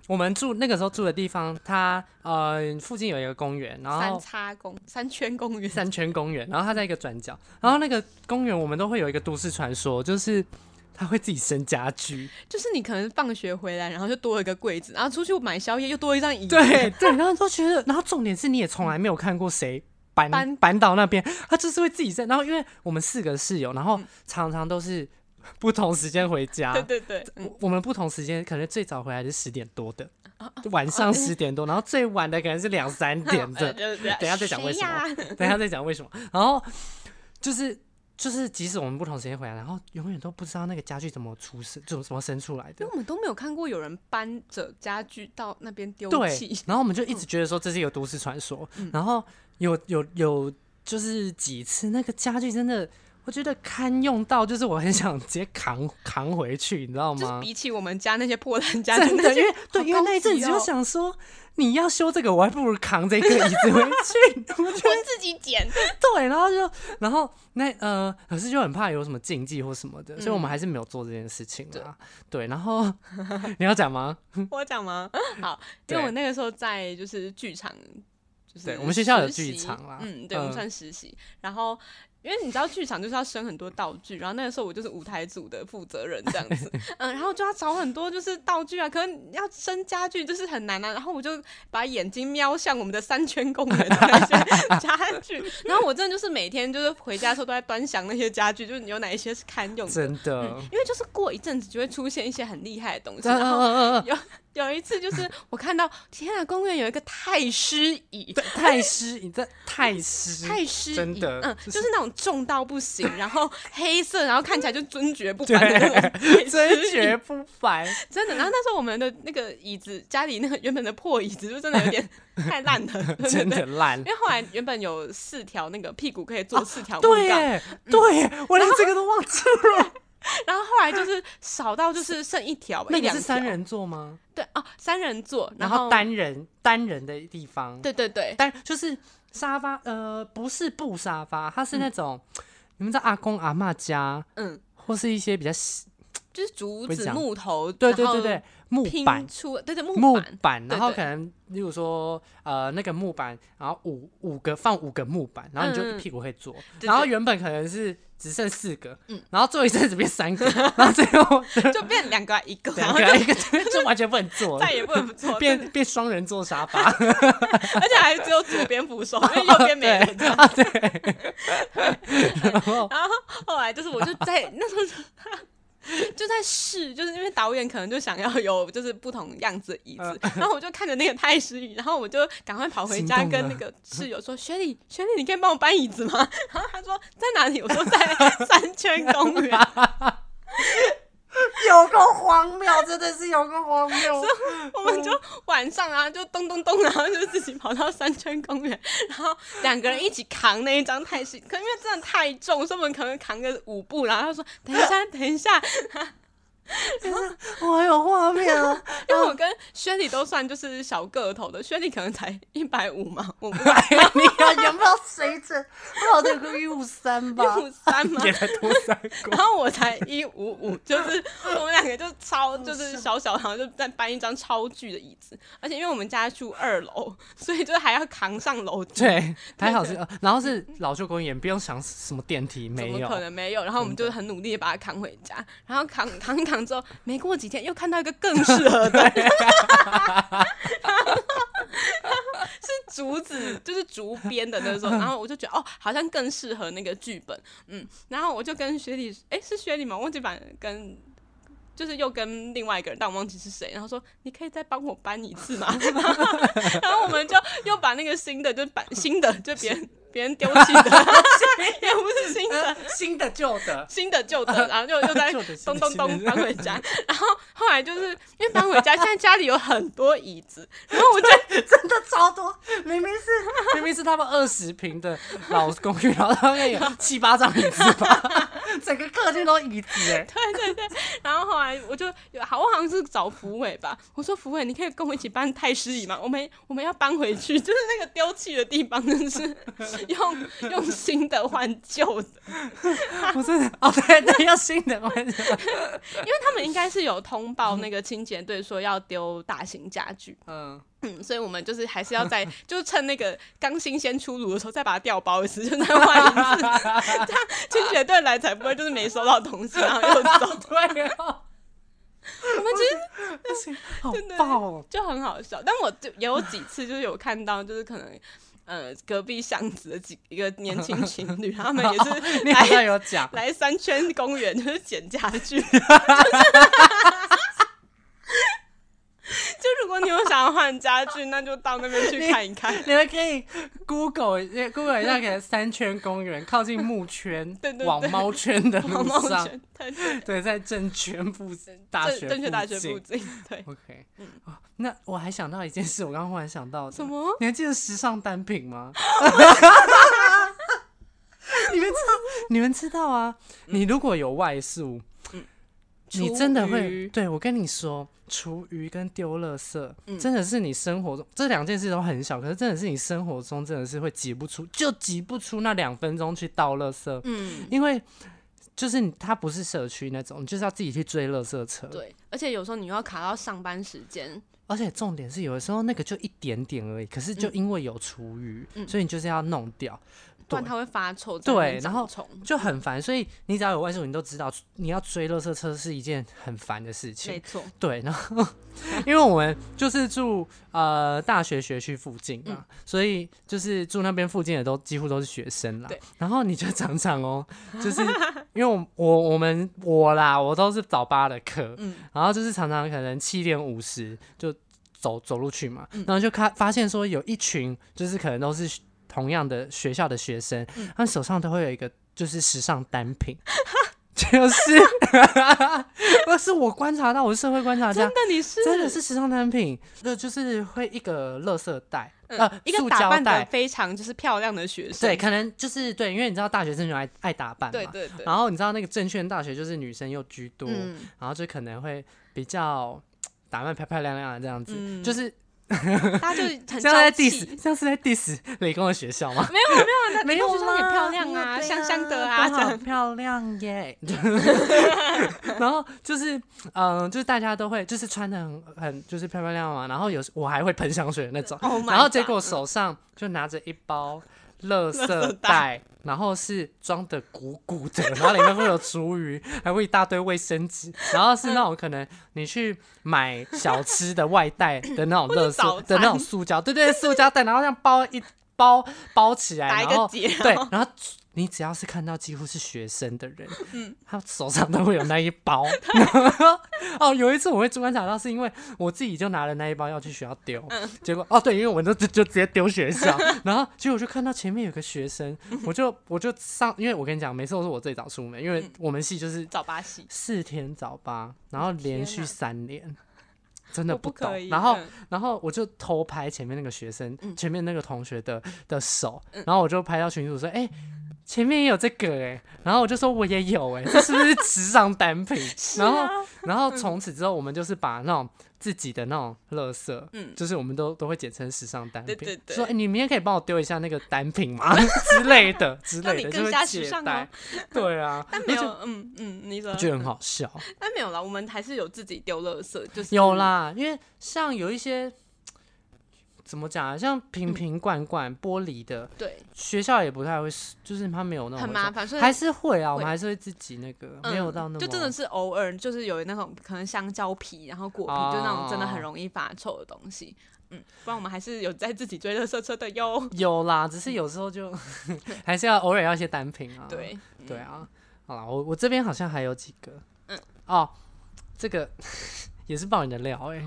Speaker 1: 我们住那个时候住的地方，它呃附近有一个公园，然
Speaker 2: 三
Speaker 1: 后
Speaker 2: 叉公三圈公园，
Speaker 1: 三圈公园，然后它在一个转角，然后那个公园我们都会有一个都市传说，就是它会自己生家 具，
Speaker 2: 就是你可能放学回来，然后就多了一个柜子，然后出去买宵夜又多一张椅子，
Speaker 1: 对对，然后都觉得，然后重点是你也从来没有看过谁。搬
Speaker 2: 搬
Speaker 1: 搬到那边，它就是会自己生。然后因为我们四个室友，然后常常都是不同时间回家，
Speaker 2: 嗯对对对，嗯
Speaker 1: 我我们不同时间，可能最早回来是十点多的，
Speaker 2: 哦
Speaker 1: 晚上十点多，然后最晚的可能是两三点
Speaker 2: 呃
Speaker 1: 的。
Speaker 2: 就是这样
Speaker 1: 等一下再讲为什么
Speaker 2: 谁呀
Speaker 1: 等一下再讲为什么。然后就是就是，即使我们不同时间回来，然后永远都不知道那个家具怎么出生，怎么怎么生出来
Speaker 2: 因
Speaker 1: 的
Speaker 2: 为。我们都没有看过有人搬着家具到那边丢
Speaker 1: 对
Speaker 2: 弃，，
Speaker 1: 然后我们就一直觉得说这是一个都市传说。然后有有有，就是几次那个家具真的，我觉得堪用到，就是我很想直接扛扛回去，你知道
Speaker 2: 就是
Speaker 1: 吗？
Speaker 2: 比起我们家那些破烂家具，
Speaker 1: 真
Speaker 2: 那
Speaker 1: 的，
Speaker 2: 些
Speaker 1: 因为对，
Speaker 2: 好
Speaker 1: 因为
Speaker 2: 高
Speaker 1: 那一阵子
Speaker 2: 级
Speaker 1: 就
Speaker 2: 哦
Speaker 1: 想说，你要修这个，我还不如扛这个椅子回去。 我觉
Speaker 2: 我自己捡，
Speaker 1: 得对，然后就，然后那呃，可是就很怕有什么禁忌或什么
Speaker 2: 嗯
Speaker 1: 的，所以我们还是没有做这件事情啦。对，然后 你要讲 吗？
Speaker 2: 我 讲吗？好，因
Speaker 1: 对
Speaker 2: 为我那个时候在就是剧场，就是
Speaker 1: 对我们学校有
Speaker 2: 实习
Speaker 1: 剧场啦
Speaker 2: 嗯，对，我
Speaker 1: 嗯
Speaker 2: 们算实习。然后因为你知道剧场就是要生很多道具，然后那个时候我就是舞台组的负责人这样 子，嗯，然后就要找很多就是道具啊，可能要生家具就是很难啊。然后我就把眼睛瞄向我们的三圈公园的那些 家具，然后我真的就是每天就是回家的时候都在端详那些家具，就是有哪一些是堪用的。
Speaker 1: 真的，
Speaker 2: 因为就是过一阵子就会出现一些很厉害的东西，
Speaker 1: 嗯
Speaker 2: 然后
Speaker 1: 嗯嗯嗯，
Speaker 2: 有一次就是 我看到，天啊，公园有一个太师椅，
Speaker 1: 太湿，你这太湿，
Speaker 2: 太师椅，
Speaker 1: 真的
Speaker 2: 嗯，
Speaker 1: 就是
Speaker 2: 就是那种重到 不行，然后黑色，然后看起来就尊爵不凡的那种太师
Speaker 1: 真
Speaker 2: 椅
Speaker 1: 绝不 凡。
Speaker 2: 真的。然后那时候我们的那个椅子，家里那个原本的破椅子，就真的 有点太烂了，对
Speaker 1: 真。
Speaker 2: 对
Speaker 1: 的
Speaker 2: 对
Speaker 1: 烂
Speaker 2: 因。为后来原本有四条那个屁股可以坐四条木
Speaker 1: 啊对
Speaker 2: 杠，
Speaker 1: 耶，对耶，我连这个都忘记了。
Speaker 2: 然后后来就是少到就是剩一条吧，
Speaker 1: 那
Speaker 2: 一
Speaker 1: 个
Speaker 2: 两
Speaker 1: 是三
Speaker 2: 条
Speaker 1: 人座吗？
Speaker 2: 对啊，三人座，
Speaker 1: 然
Speaker 2: 后
Speaker 1: 后单人单人的地方，
Speaker 2: 对对对，
Speaker 1: 单就是沙发，呃，不是布沙发，它是那种、你们在阿公阿嬷家
Speaker 2: 嗯，
Speaker 1: 或是一些比较细
Speaker 2: 就是竹
Speaker 1: 不是
Speaker 2: 子
Speaker 1: 讲
Speaker 2: 木头，
Speaker 1: 对
Speaker 2: 然
Speaker 1: 对
Speaker 2: 后
Speaker 1: 对对木
Speaker 2: 拼
Speaker 1: 板
Speaker 2: 出对对
Speaker 1: 木
Speaker 2: 木板，
Speaker 1: 板，
Speaker 2: 对
Speaker 1: 然后
Speaker 2: 对
Speaker 1: 可能例如说呃那个木板，然后五五个放五个木板，然后你就
Speaker 2: 嗯嗯
Speaker 1: 一屁股会坐，
Speaker 2: 对
Speaker 1: 然后
Speaker 2: 对
Speaker 1: 原本可能是只剩四个
Speaker 2: 嗯，
Speaker 1: 然后坐一阵子变三个，然后最后
Speaker 2: 就变两个一个， 然
Speaker 1: 两
Speaker 2: 后
Speaker 1: 个
Speaker 2: 就
Speaker 1: 一个就完全不能坐了
Speaker 2: 再，也不能 坐，
Speaker 1: 变变双人坐沙发，
Speaker 2: 而且还只有左边扶手，因为右边没
Speaker 1: 对
Speaker 2: 人。
Speaker 1: 啊 对，然后
Speaker 2: 然后后来就是，我就在那时候就 就在试，就是因为导演可能就想要有就是不同样子的椅子，
Speaker 1: 嗯
Speaker 2: 然后我就看着那个太师椅，然后我就赶快跑回
Speaker 1: 心
Speaker 2: 家
Speaker 1: 动
Speaker 2: 跟
Speaker 1: 了
Speaker 2: 那个室友说：“雪莉，雪莉，你可以帮我搬椅子吗？” 然后他说：“在哪里？”我说：“在三圈 公园。”
Speaker 1: 有够荒谬，真的是有够荒谬。
Speaker 2: 我们
Speaker 1: 嗯
Speaker 2: 就晚上啊，就咚咚咚，然后就自己跑到三圈公园， 然后两个人一起扛那一张太师，可因为真的太重，所以我们可能扛个五步，然后他说等一下，等 一下，
Speaker 1: 我有画面哦，
Speaker 2: 因为我跟轩里都算就是小个头的，轩里可能 才一百五嘛，我们
Speaker 1: 你看有没有水准？我好像有一五三
Speaker 2: 一
Speaker 1: 吧，
Speaker 2: 五三 嘛，
Speaker 1: 也才多三个
Speaker 2: 然。后我才一五五，就是我们两个就 超就是小小，然后就再搬一张超巨的椅子，而且因为我们家住二楼，所以就是还要扛上 楼梯，
Speaker 1: 对，还好是，呃然后是老旧公园，不用想什么电梯，
Speaker 2: 怎
Speaker 1: 没
Speaker 2: 么
Speaker 1: 有
Speaker 2: 可。能没有？然后我们就很努力地把它扛回家，然后扛 扛一扛之后，没过几天又看到一个更适合的， 是竹子，就是竹编的那种。然后我就觉得哦，好像更适合那个剧本，嗯。然后我就跟学弟，哎、是学弟吗？忘记把跟。就是又跟另外一个人，但我忘记是谁。然后说：“你可以再帮我搬一次吗？”然后然后我们就又把那个新的，就搬新的，就别人别人丢弃的， 也不是新的，
Speaker 1: 新的旧的，
Speaker 2: 新的旧的，然后就又在
Speaker 1: 啊旧的新的
Speaker 2: 咚咚咚
Speaker 1: 新的
Speaker 2: 搬回家， 然后后来就是因为搬回家，现在家里有很多椅子， 然后 我就
Speaker 1: 真的超多。明明是 明明是他们二十平的老公寓，然后他 们有七八张椅子吧， 整个客厅都椅子哎。
Speaker 2: 然后后来我就有好，我好像是找福伟吧，我说福伟，你可以跟我一起搬太师椅吗？我们我们要搬回去， 就是那个丢弃的地方，就是 用用新的换旧的，
Speaker 1: 我真的哦，对对，要新的，我
Speaker 2: 因为他们应该是有通报那个清洁队说要丢大型家具，
Speaker 1: 嗯，
Speaker 2: 嗯，所以我们就是还是要在，就趁那个刚新鲜出炉的时候再把它调包一次，就再换一次， 这样清洁队来才不会就是没收到东西然后 又走。
Speaker 1: 对哦，
Speaker 2: 我们其实
Speaker 1: 不行，好
Speaker 2: 真的
Speaker 1: 爆哦，
Speaker 2: 就很好笑，但我就也有几次就是有看到，就是可能呃隔壁巷子的几一个年轻情侣，他们 也是
Speaker 1: 哦
Speaker 2: 哎
Speaker 1: 你好像有讲，
Speaker 2: 来三圈公园就是捡家具， 就是就如果你有想要换家具，那就到那边去看一看。
Speaker 1: 你们可以 Google 一下 Google 一下，可能三圈公园靠近木圈
Speaker 2: 对对对
Speaker 1: 往猫圈的
Speaker 2: 毛
Speaker 1: 路
Speaker 2: 毛
Speaker 1: 上，
Speaker 2: 圈， 对对
Speaker 1: 对，在正圈附大
Speaker 2: 正
Speaker 1: 学
Speaker 2: 正确大学
Speaker 1: 附
Speaker 2: 附
Speaker 1: 近。
Speaker 2: 近， 对
Speaker 1: OK，、哦那我还想到一件事，我刚刚忽然想到的
Speaker 2: 嗯什么？
Speaker 1: 你还记得时尚单品 吗？你们知道，你们知道啊？
Speaker 2: 嗯
Speaker 1: 你如果有外宿，你真的
Speaker 2: 厨
Speaker 1: 会
Speaker 2: 余
Speaker 1: 对我跟你说，厨余跟丢垃圾，
Speaker 2: 嗯
Speaker 1: 真的是你生活中这两件事都很小，可是真的是你生活中真的是会挤不出，就挤不出那两分钟去倒垃圾，
Speaker 2: 嗯，
Speaker 1: 因为就是你它不是社区那种，你就是要自己去追垃圾车。
Speaker 2: 对，而且有时候你又要卡到上班时间，
Speaker 1: 而且重点是，有的时候那个就一点点而已，可是就因为有厨余，
Speaker 2: 嗯
Speaker 1: 所以你就是要弄掉，
Speaker 2: 不然它会发臭，
Speaker 1: 对
Speaker 2: 在那边
Speaker 1: 然后
Speaker 2: 长虫，
Speaker 1: 就很烦。所以你只要有外宿，你都知道你要追垃圾车是一件很烦的事情
Speaker 2: 没。错，
Speaker 1: 对，然后 因为我们就是住呃大学学区附近嘛，所以就是住那边附近的都几乎都是学生啦
Speaker 2: 对。
Speaker 1: 然后你就常常哦，就是因为我我我们我啦，我都是早八的课，然后就是常常可能七点五十就走走路去嘛，然后就看发现说有一群就是可能都是同样的学校的学生，他们手上都会有一个就是时尚单品。就 就是 不是我观察到，我是社会观察
Speaker 2: 真
Speaker 1: 家
Speaker 2: 的，你是
Speaker 1: 真的是时尚单品，呃，就是会一个垃圾袋，
Speaker 2: 嗯
Speaker 1: 呃，
Speaker 2: 一个
Speaker 1: 塑
Speaker 2: 打
Speaker 1: 胶
Speaker 2: 扮的
Speaker 1: 袋，
Speaker 2: 非常就是漂亮的学生，
Speaker 1: 对，可能就是对，因为你知道大学生就爱爱打扮嘛，
Speaker 2: 对对对，
Speaker 1: 然后你知道那个证券大学就是女生又居多，
Speaker 2: 嗯，
Speaker 1: 然后就可能会比较打扮漂漂亮亮的这样子，
Speaker 2: 嗯
Speaker 1: 就是
Speaker 2: 大家就 很
Speaker 1: 像在
Speaker 2: 朝气
Speaker 1: diss，像是在 diss 理工的学校吗？
Speaker 2: 没有没有，那
Speaker 1: 没
Speaker 2: 就
Speaker 1: 有
Speaker 2: 是很
Speaker 1: 啦
Speaker 2: 漂亮啊，
Speaker 1: 对
Speaker 2: 香香的
Speaker 1: 啊，
Speaker 2: 啊，
Speaker 1: 都
Speaker 2: 这
Speaker 1: 好
Speaker 2: 样
Speaker 1: 漂亮耶。 然后就是，嗯、就是大家都会就是穿的很很就是漂漂亮亮嘛，然后有时我还会喷香水的那种
Speaker 2: Oh my
Speaker 1: 然后结
Speaker 2: God
Speaker 1: 果手上就拿着一包垃
Speaker 2: 垃
Speaker 1: 圾
Speaker 2: 圾
Speaker 1: 袋。然后是装的鼓鼓的，然后里面会有厨余，还会一大堆卫生纸，然后是那种可能你去买小吃的外带的那种
Speaker 2: 者
Speaker 1: 垃
Speaker 2: 早
Speaker 1: 圾的那种
Speaker 2: 餐
Speaker 1: 塑胶，对对，塑胶袋，然后这样包一包包起 来，
Speaker 2: 打一
Speaker 1: 哎然
Speaker 2: 个
Speaker 1: 后
Speaker 2: 结，啊
Speaker 1: 对，然后你只要是看到几乎是学生的人，他手上都会有那一包。然后哦，有一次我会观察到，是因为我自己就拿了那一包要去学校丢，结果哦对，因为我就就就直接丢学校，然后结果我就看到前面有个学生，我就我就上，因为我跟你讲，每次都是我最早出门，因为我们系就是
Speaker 2: 早八系，
Speaker 1: 四天早八，然后连续
Speaker 2: 哪
Speaker 1: 三连。真的
Speaker 2: 我不
Speaker 1: 懂
Speaker 2: 可以，
Speaker 1: 然后
Speaker 2: 嗯
Speaker 1: 然后我就偷拍前面那个学生，前面那个同学的的手，
Speaker 2: 嗯
Speaker 1: 然后我就拍到群主说，哎、前面也有这个哎、然后我就说我也有哎、这是不是时尚单 品？然
Speaker 2: 啊
Speaker 1: 后然
Speaker 2: 嗯
Speaker 1: 后从此之后，我们就是把那种自己的那种垃圾，
Speaker 2: 嗯
Speaker 1: 就是我们都都会简称时尚单品，
Speaker 2: 对对对
Speaker 1: 说、哎你明天可以帮我丢一下那个单品吗 之类的之
Speaker 2: 让
Speaker 1: 类的，
Speaker 2: 你更
Speaker 1: 就
Speaker 2: 加
Speaker 1: 会
Speaker 2: 时
Speaker 1: 借
Speaker 2: 尚哦
Speaker 1: 贷，对啊，
Speaker 2: 但没有，嗯嗯，你说
Speaker 1: 我，觉得很好笑。
Speaker 2: 但没有啦，我们还是有自己丢垃圾，就是
Speaker 1: 有，啦，因为像有一些怎么讲啊，像瓶
Speaker 2: 嗯
Speaker 1: 瓶罐罐、玻璃的，
Speaker 2: 对，
Speaker 1: 学校也不太会收，就是他没有那种
Speaker 2: 很
Speaker 1: 会
Speaker 2: 麻
Speaker 1: 收
Speaker 2: 烦，所以
Speaker 1: 还是会啊，我们
Speaker 2: 会
Speaker 1: 还是会自己那个，
Speaker 2: 嗯
Speaker 1: 没有到那么
Speaker 2: 就真的是偶尔就是有那种可能香蕉皮，然后果皮，
Speaker 1: 哦
Speaker 2: 就那种真的很容易发臭的东西。嗯，不然我们还是有在自己追垃圾车的哟。
Speaker 1: 有啦，只是有时候就 还是要偶尔要一些单品啊，
Speaker 2: 嗯 对，
Speaker 1: 对啊，好啦，我我这边好像还有几个，
Speaker 2: 嗯
Speaker 1: 哦，这个 也是爆你的料哎、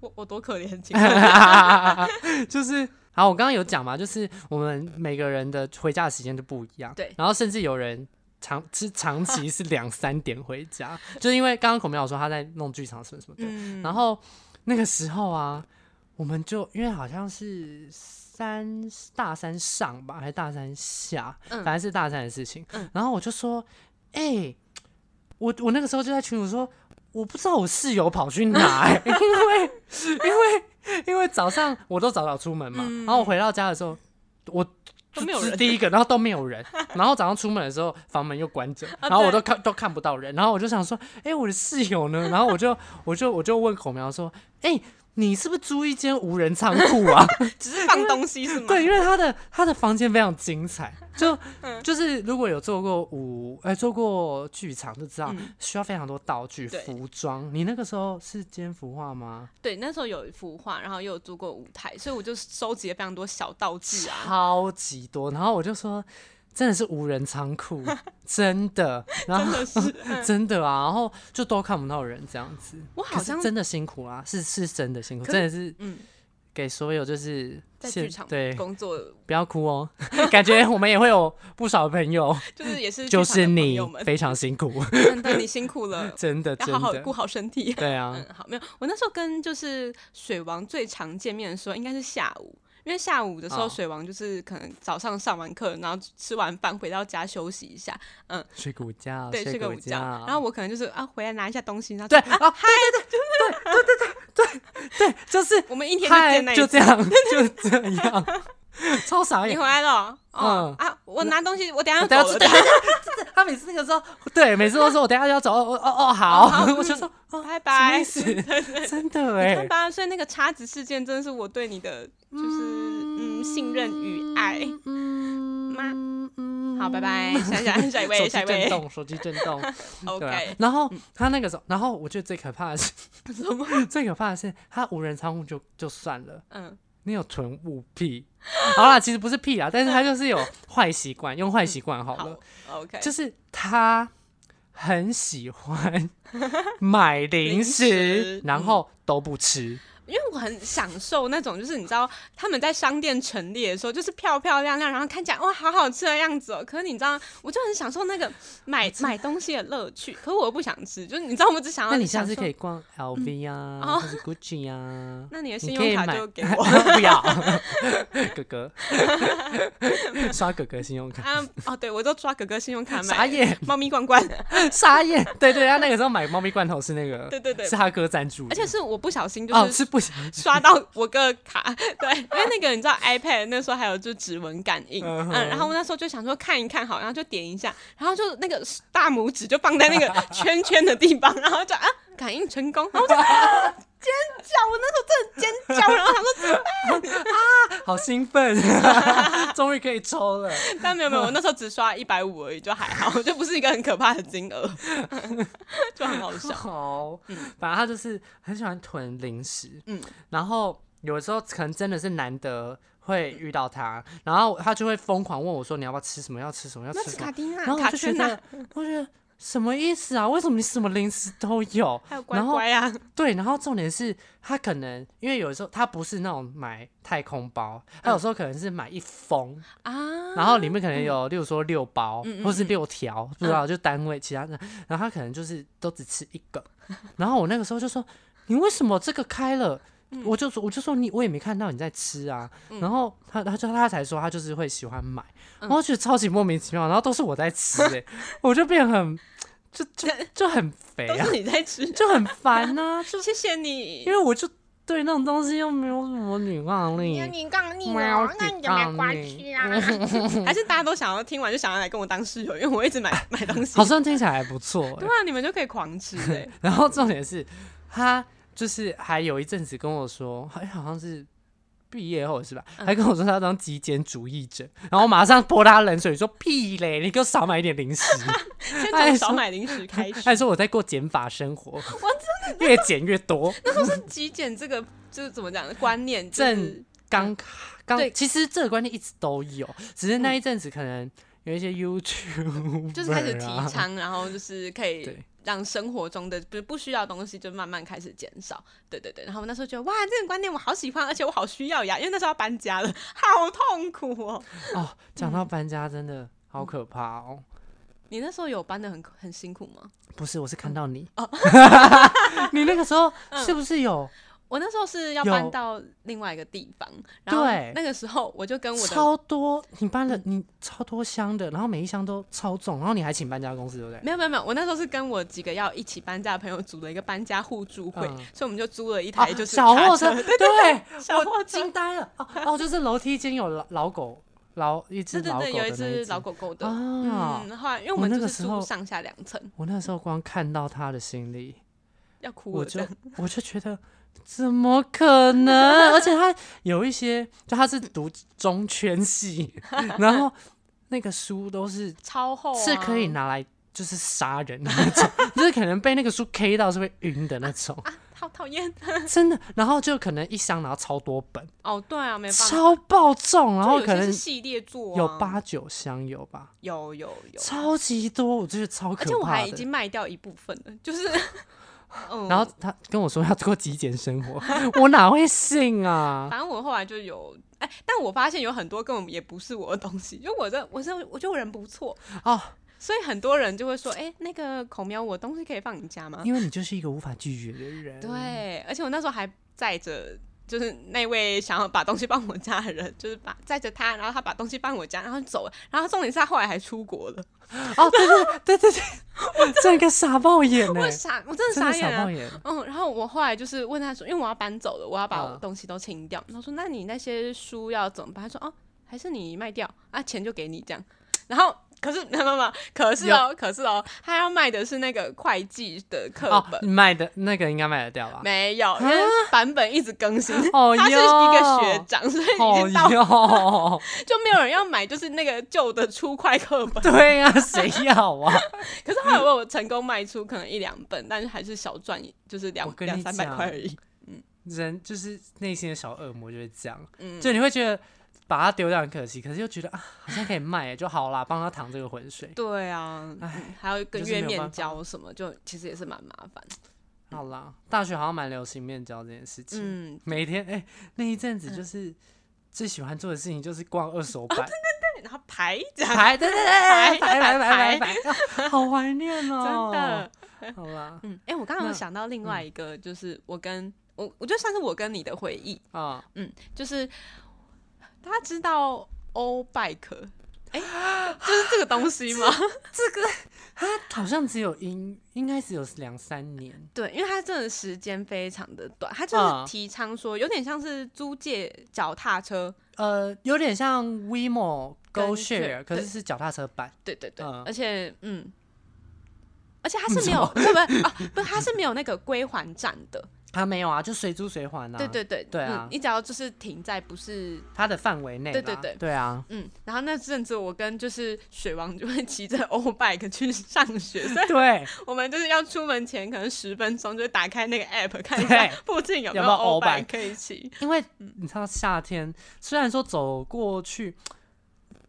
Speaker 2: 我我多 可怜，请问
Speaker 1: 欸， 就是。好，我刚刚有讲嘛，就是我们每个人的回家的时间都不一样，
Speaker 2: 对
Speaker 1: 然后甚至有人长是长期是两三点回家，就是因为刚刚孔明有说他在弄剧场什么什么的，
Speaker 2: 嗯，
Speaker 1: 然后那个时候啊，我们就因为好像是三大三上吧，还是大三下，
Speaker 2: 嗯
Speaker 1: 反正是大三的事情。
Speaker 2: 嗯
Speaker 1: 然后我就说，哎、我我那个时候就在群主说，我不知道我室友跑去哪、 欸，因为因为因为早上我都早早出门嘛，
Speaker 2: 嗯
Speaker 1: 然后我回到家的时候，我
Speaker 2: 都没有
Speaker 1: 是
Speaker 2: 人
Speaker 1: 第一个，然后都没有人，然后早上出门的时候房门又关着，然后我都看都看不到人，然后我就想说，哎、我的室友呢？然后我就我就我就问孔苗说，哎、你是不是租一间无人仓库啊？
Speaker 2: 只是放东西是吗？
Speaker 1: 对，因为他的他的房间非常精彩，就就是如果有做过舞，哎、做过剧场就知道、需要非常多道具、
Speaker 2: 对
Speaker 1: 服装。你那个时候是兼服化吗？
Speaker 2: 对，那时候有一幅画，然后又有租过舞台，所以我就收集了非常多小道具啊。
Speaker 1: 超级多，然后我就说。真的是无人仓库，真的，然
Speaker 2: 真
Speaker 1: 后
Speaker 2: 的 是，
Speaker 1: 真的啊，然后就都看不到人这样子。
Speaker 2: 我
Speaker 1: 可
Speaker 2: 好
Speaker 1: 是
Speaker 2: 像
Speaker 1: 真的辛苦啦，是是真的辛苦，
Speaker 2: 可是
Speaker 1: 真的是
Speaker 2: 嗯，
Speaker 1: 给所有就是
Speaker 2: 在
Speaker 1: 现
Speaker 2: 剧场
Speaker 1: 对，
Speaker 2: 工作，
Speaker 1: 不要哭哦， 感觉我们也会有不少朋友，
Speaker 2: 就是也是
Speaker 1: 就
Speaker 2: 剧场的
Speaker 1: 是
Speaker 2: 朋
Speaker 1: 你
Speaker 2: 友们，
Speaker 1: 非常辛 苦，
Speaker 2: 真的你辛苦了，
Speaker 1: 真的
Speaker 2: 要
Speaker 1: 真
Speaker 2: 好好
Speaker 1: 的
Speaker 2: 顾，好身体。
Speaker 1: 对啊
Speaker 2: 嗯，，好，没有。我那时候跟就是水王最常见面的时候，应该是下午，因为下午的时候，
Speaker 1: 哦
Speaker 2: 水王就是可能早上上完课，然后吃完饭回到家休息一下，
Speaker 1: 哦睡个午觉，
Speaker 2: 对，睡
Speaker 1: 个
Speaker 2: 个
Speaker 1: 午
Speaker 2: 午觉。然后我哦可能就是啊，回来拿一下东西，然后
Speaker 1: 对啊，对对对对对对对对，就是
Speaker 2: 我们一天就
Speaker 1: 嗨
Speaker 2: 见那，一
Speaker 1: 就
Speaker 2: 次。
Speaker 1: 这样，就这样， 超傻
Speaker 2: 你
Speaker 1: 眼
Speaker 2: 回。来了哦，哦
Speaker 1: 嗯
Speaker 2: 啊，我拿东西，我等一下
Speaker 1: 等下
Speaker 2: 要走
Speaker 1: 吃
Speaker 2: 了。
Speaker 1: 对，对对他每次那个时候，对，每次都说我等一下要走，哦哦哦，好， 我就说哦
Speaker 2: 拜
Speaker 1: 什么
Speaker 2: 拜
Speaker 1: 意。 思？真的
Speaker 2: 你
Speaker 1: 哎
Speaker 2: 看，吧，所以那个叉子事件真的是我对你的就是嗯信任与爱。妈，好，拜拜，下下下一
Speaker 1: 嗯 手
Speaker 2: 位，下
Speaker 1: 机
Speaker 2: 一
Speaker 1: 震
Speaker 2: 位
Speaker 1: 动，手机震 动，对啊
Speaker 2: ，OK，。嗯
Speaker 1: 然后他那个时候，然后我觉得最可怕的是，
Speaker 2: 什么？
Speaker 1: 最可怕的是他无人仓库就就算了，
Speaker 2: 嗯，
Speaker 1: 你有囤物癖。 好啦，其实不是屁啦，但是他就是有坏习 惯，用坏习惯好了
Speaker 2: 嗯好，，OK，
Speaker 1: 就是他 很喜欢买零
Speaker 2: 零食嗯
Speaker 1: 食，然后都不吃。
Speaker 2: 因为我很享受那种，就是你知道他们在商店陈列的时候，就是漂漂亮亮，然后看起来哇好好吃的样子哦。可是你知道，我就很享受那个 买买东西的乐趣。可是我又不想吃，啊就是你知道，我只想要
Speaker 1: 那你下
Speaker 2: 享
Speaker 1: 次
Speaker 2: 受
Speaker 1: 可以逛 LV 啊，
Speaker 2: 哦
Speaker 1: 或是 Gucci 啊。
Speaker 2: 那你的信
Speaker 1: 你可以
Speaker 2: 用卡
Speaker 1: 买
Speaker 2: 就给我。
Speaker 1: 不 要，哥哥 刷哥哥信用卡，
Speaker 2: 啊哦，对，我都抓哥哥信用卡
Speaker 1: 傻
Speaker 2: 买
Speaker 1: 眼
Speaker 2: 猫咪罐罐，
Speaker 1: 傻眼，对对，他那个时候买猫咪罐头是那个，
Speaker 2: 啊对对对
Speaker 1: 是他哥赞助的，
Speaker 2: 而且是我不小心就
Speaker 1: 哦
Speaker 2: 是
Speaker 1: 是不想，
Speaker 2: 刷到我哥的卡， 对，因为那个你知道 iPad 那时候还有就指纹感应，
Speaker 1: 嗯
Speaker 2: 嗯
Speaker 1: 哼，
Speaker 2: 然后我那时候就想说看一看好，然后就点一下，然后就那个大拇指就放在 那个圈圈的地方，然后就啊感应成功，然后我就、啊、尖叫，我那时候真的尖叫，然后他说，
Speaker 1: 好兴 奋，终于可以抽了，
Speaker 2: 但没有没有，我那时候只刷一百五而已，就还好，就不是一个很可怕的金额， 就很好
Speaker 1: 哦
Speaker 2: 笑，
Speaker 1: 好，嗯反正他就是很喜欢囤零食，
Speaker 2: 嗯
Speaker 1: 然后有的时候可能真的是难得会遇到他，然后他就会疯狂问我说你要不要吃什么，要吃什么，要
Speaker 2: 那
Speaker 1: 吃
Speaker 2: 是
Speaker 1: 什么
Speaker 2: 卡，丁
Speaker 1: 啊然
Speaker 2: 娜、
Speaker 1: 后我
Speaker 2: 卡
Speaker 1: 就觉
Speaker 2: 圈娜
Speaker 1: 得，我觉得什么意思啊？为什么你什么零食都有？
Speaker 2: 还有乖
Speaker 1: 然后
Speaker 2: 乖啊，
Speaker 1: 对，然后重点是他可能因为有时候他不是那种买太空包，他有
Speaker 2: 嗯
Speaker 1: 时候可能是买一封，
Speaker 2: 啊，
Speaker 1: 然后里面可能有，例如说六包
Speaker 2: 嗯嗯嗯
Speaker 1: 或是六条，不知道就单位其他的，然后他可能就是都只吃一个，然后我那个时候就说你为什么这个开了？
Speaker 2: 嗯
Speaker 1: 我就说，我就说你，我也没看到你在吃啊。然后他，他就他才说，他就是会喜欢买，然
Speaker 2: 嗯
Speaker 1: 后觉得超级莫名其妙。然后都是我在 吃、欸，我就变很，就就就很肥
Speaker 2: 都
Speaker 1: 啊
Speaker 2: 是，你在吃，
Speaker 1: 就很烦啊，就
Speaker 2: 谢谢你
Speaker 1: 因。为我就对那种东西又没有什么抵抗力
Speaker 3: 你。你杠你
Speaker 1: 喵
Speaker 3: 哦，那你就
Speaker 1: 杠
Speaker 3: 没关
Speaker 1: 你
Speaker 3: 系啊。
Speaker 1: 欸
Speaker 2: 还是大家都想要听完就想要来跟我当室友，因为我一直买 买东西
Speaker 1: 好。像听起来还不错、欸
Speaker 2: 对啊，你们就可以狂吃哎、
Speaker 1: 然后重点是，他就是还有一阵子跟我说，好像好像是毕业后是吧？
Speaker 2: 嗯
Speaker 1: 还跟我说他当极简主义者，然后马上泼他冷水，说屁嘞，你给我少买一点零食。
Speaker 2: 先从少买零食开
Speaker 1: 他还
Speaker 2: 始。
Speaker 1: 说我在过减法生活，我真的越减越多。
Speaker 2: 那时候是极简这个 就是怎么讲观念，就是
Speaker 1: 正刚刚
Speaker 2: 对
Speaker 1: 其实这个观念一直都有，只是那一阵子可能有 一些啊 YouTube
Speaker 2: 就是开始提倡，然后就是可以
Speaker 1: 对。
Speaker 2: 让生活中的不不需要的东西就慢慢开始减少，对对对。然后我那时候觉得哇，这个观念我好喜欢，而且我好需要呀，因为那时候要搬家了， 好痛苦哦。
Speaker 1: 哦。讲
Speaker 2: 嗯
Speaker 1: 到搬家，真的好可怕哦！
Speaker 2: 你那时候有搬的很很辛苦吗？
Speaker 1: 不是，我是
Speaker 2: 嗯
Speaker 1: 看到你，
Speaker 2: 哦
Speaker 1: 你那个时候是不是有
Speaker 2: 我那时候是要
Speaker 1: 有
Speaker 2: 搬到另外一个地方，然后
Speaker 1: 对
Speaker 2: 那个时候我就跟我的嗯
Speaker 1: 超多？你搬了你超多箱的，然后每一箱都超重，然后你还请搬家公司，对 不对？
Speaker 2: 没有没有没有，我那时候是跟我几个要一起搬家的朋友组了一个搬家互助会，
Speaker 1: 嗯啊
Speaker 2: 所以我们就租了一台就是
Speaker 1: 小
Speaker 2: 卡
Speaker 1: 货车，
Speaker 2: 对
Speaker 1: 对，
Speaker 2: 小货
Speaker 1: 我
Speaker 2: 车，
Speaker 1: 惊呆了。哦哦，就是楼梯间有老老狗，老一只
Speaker 2: 对对
Speaker 1: 老狗
Speaker 2: 对，有一
Speaker 1: 的那
Speaker 2: 只老
Speaker 1: 狗。
Speaker 2: 狗狗的。
Speaker 1: 啊
Speaker 2: 嗯，后来因为我
Speaker 1: 我
Speaker 2: 们
Speaker 1: 那
Speaker 2: 就
Speaker 1: 个
Speaker 2: 是
Speaker 1: 时候
Speaker 2: 租上下两层，
Speaker 1: 我那时候光看到它的行李，
Speaker 2: 要哭
Speaker 1: 我
Speaker 2: 了
Speaker 1: 就
Speaker 2: 这样。
Speaker 1: 我就觉得怎么可能？ 而且他有一些，就他是读中圈 系，然后那个书都是
Speaker 2: 超厚、啊，
Speaker 1: 是可以拿来就是杀人的那 种，就是可能被那个书 K 到是会晕的那种，
Speaker 2: 好讨厌。
Speaker 1: 真的。然后就可能一箱然后超多本，
Speaker 2: 哦，对啊，没办法，
Speaker 1: 超爆重，然后
Speaker 2: 就有
Speaker 1: 可
Speaker 2: 些是
Speaker 1: 能
Speaker 2: 系列做、啊，
Speaker 1: 有八九箱有吧，
Speaker 2: 有有有，
Speaker 1: 超级多，我觉得超可
Speaker 2: 而且我
Speaker 1: 怕
Speaker 2: 还已经
Speaker 1: 的。
Speaker 2: 卖掉一部分了， 就是，嗯，
Speaker 1: 然后他跟我说要过极简生活， 我哪会信啊？
Speaker 2: 反正我后来就有，哎、但我发现有很多根本也不是我的东西，就我这我是我觉得我人不错，
Speaker 1: 哦，
Speaker 2: 所以很多人就会说，哎、那个孔喵，我东西可以放你家吗？
Speaker 1: 因为你就是一个无法拒绝的人。
Speaker 2: 嗯对，而且我那时候还载着。就是那位想要把东西放我家的人，就是把载着他，然后他把东西放我家，然后走了。然后重点是他后来还出国了，
Speaker 1: 哦，对对对对对，整个傻爆眼呢
Speaker 2: 我，傻，我真的
Speaker 1: 真
Speaker 2: 傻
Speaker 1: 的
Speaker 2: 眼
Speaker 1: 傻
Speaker 2: 了、
Speaker 1: 爆眼。
Speaker 2: 嗯，然后我后来就是问他说，因为我要搬走了，我要把我
Speaker 1: 嗯
Speaker 2: 东西都清掉。然后说，那你那些书要怎么办？他说，哦，还是你卖掉啊，钱就给你这样。然后可是没 有没有没有，可是哦，可是哦，他要卖的是那个会计的课
Speaker 1: 哦
Speaker 2: 本，，
Speaker 1: 你卖的那个应该卖得掉吧？
Speaker 2: 没有，因为版本一直更 新。
Speaker 1: 哦
Speaker 2: 他是一个学长， 所以已经到
Speaker 1: 哦哟，
Speaker 2: 就没有人要买，就是那个旧的初快课本。
Speaker 1: 对呀、谁要啊？
Speaker 2: 可是后来我有成功卖出可能一两本，但是还是小赚，就是两
Speaker 1: 我跟
Speaker 2: 两
Speaker 1: 你
Speaker 2: 三百
Speaker 1: 讲
Speaker 2: 块而已。
Speaker 1: 人就是内心的小恶魔就是这样，
Speaker 2: 嗯
Speaker 1: 就你会觉得把它丢掉很可惜，可是又觉得啊，好像可以卖耶就好啦，帮他淌这个浑水。
Speaker 2: 对啊，嗯还要跟
Speaker 1: 就是没
Speaker 2: 月
Speaker 1: 有办
Speaker 2: 面
Speaker 1: 法
Speaker 2: 交什么，就其实也是蛮麻烦。
Speaker 1: 好啦，大学好像蛮流行面交这件事情。
Speaker 2: 嗯，
Speaker 1: 每天哎、那一阵子就是最喜欢做的事情就是逛二 手版，
Speaker 2: 对，然后排这样，
Speaker 1: 排对对对，
Speaker 2: 排
Speaker 1: 排排排排
Speaker 2: 排
Speaker 1: 排， 啊好怀念
Speaker 2: 真
Speaker 1: 哦！
Speaker 2: 的，
Speaker 1: 的，好啦，
Speaker 2: 嗯，哎、我刚刚有
Speaker 1: 那
Speaker 2: 想到另外一个，就是我跟我，我觉得算是我跟你的回忆，
Speaker 1: 啊，
Speaker 2: 嗯，就是大家知道欧拜克，哎、 就是这个东西吗？
Speaker 1: 好像只有应应该只有两三年，
Speaker 2: 对，因为它真的时间非常的短，它就
Speaker 1: 嗯
Speaker 2: 是提倡说，有点像是租借脚踏车，
Speaker 1: 呃，有点像 WeMo Go
Speaker 2: 跟
Speaker 1: Share，
Speaker 2: Share，
Speaker 1: 可是
Speaker 2: 对
Speaker 1: 是脚踏车版，
Speaker 2: 对对对，
Speaker 1: 嗯
Speaker 2: 而且嗯，而且它
Speaker 1: 嗯
Speaker 2: 是没有，不不啊，不，它是没有那个归还站的，
Speaker 1: 它没有啊，就随租随还啊，
Speaker 2: 对，对对，
Speaker 1: 对啊
Speaker 2: 嗯，你只要就是停在不是
Speaker 1: 它的范围内啦，
Speaker 2: 对对对
Speaker 1: 对啊，
Speaker 2: 嗯，然后那阵子我跟就是水王就会骑着欧 bike 去上学，所以
Speaker 1: 对，
Speaker 2: 我们就是要出门前可能十分钟就打开那个 app 看一下
Speaker 1: 对
Speaker 2: 附近有没
Speaker 1: 有没
Speaker 2: 有
Speaker 1: 有
Speaker 2: 欧
Speaker 1: bike
Speaker 2: bike 可以骑，
Speaker 1: 因为
Speaker 2: 嗯
Speaker 1: 你知道夏天虽然说走过去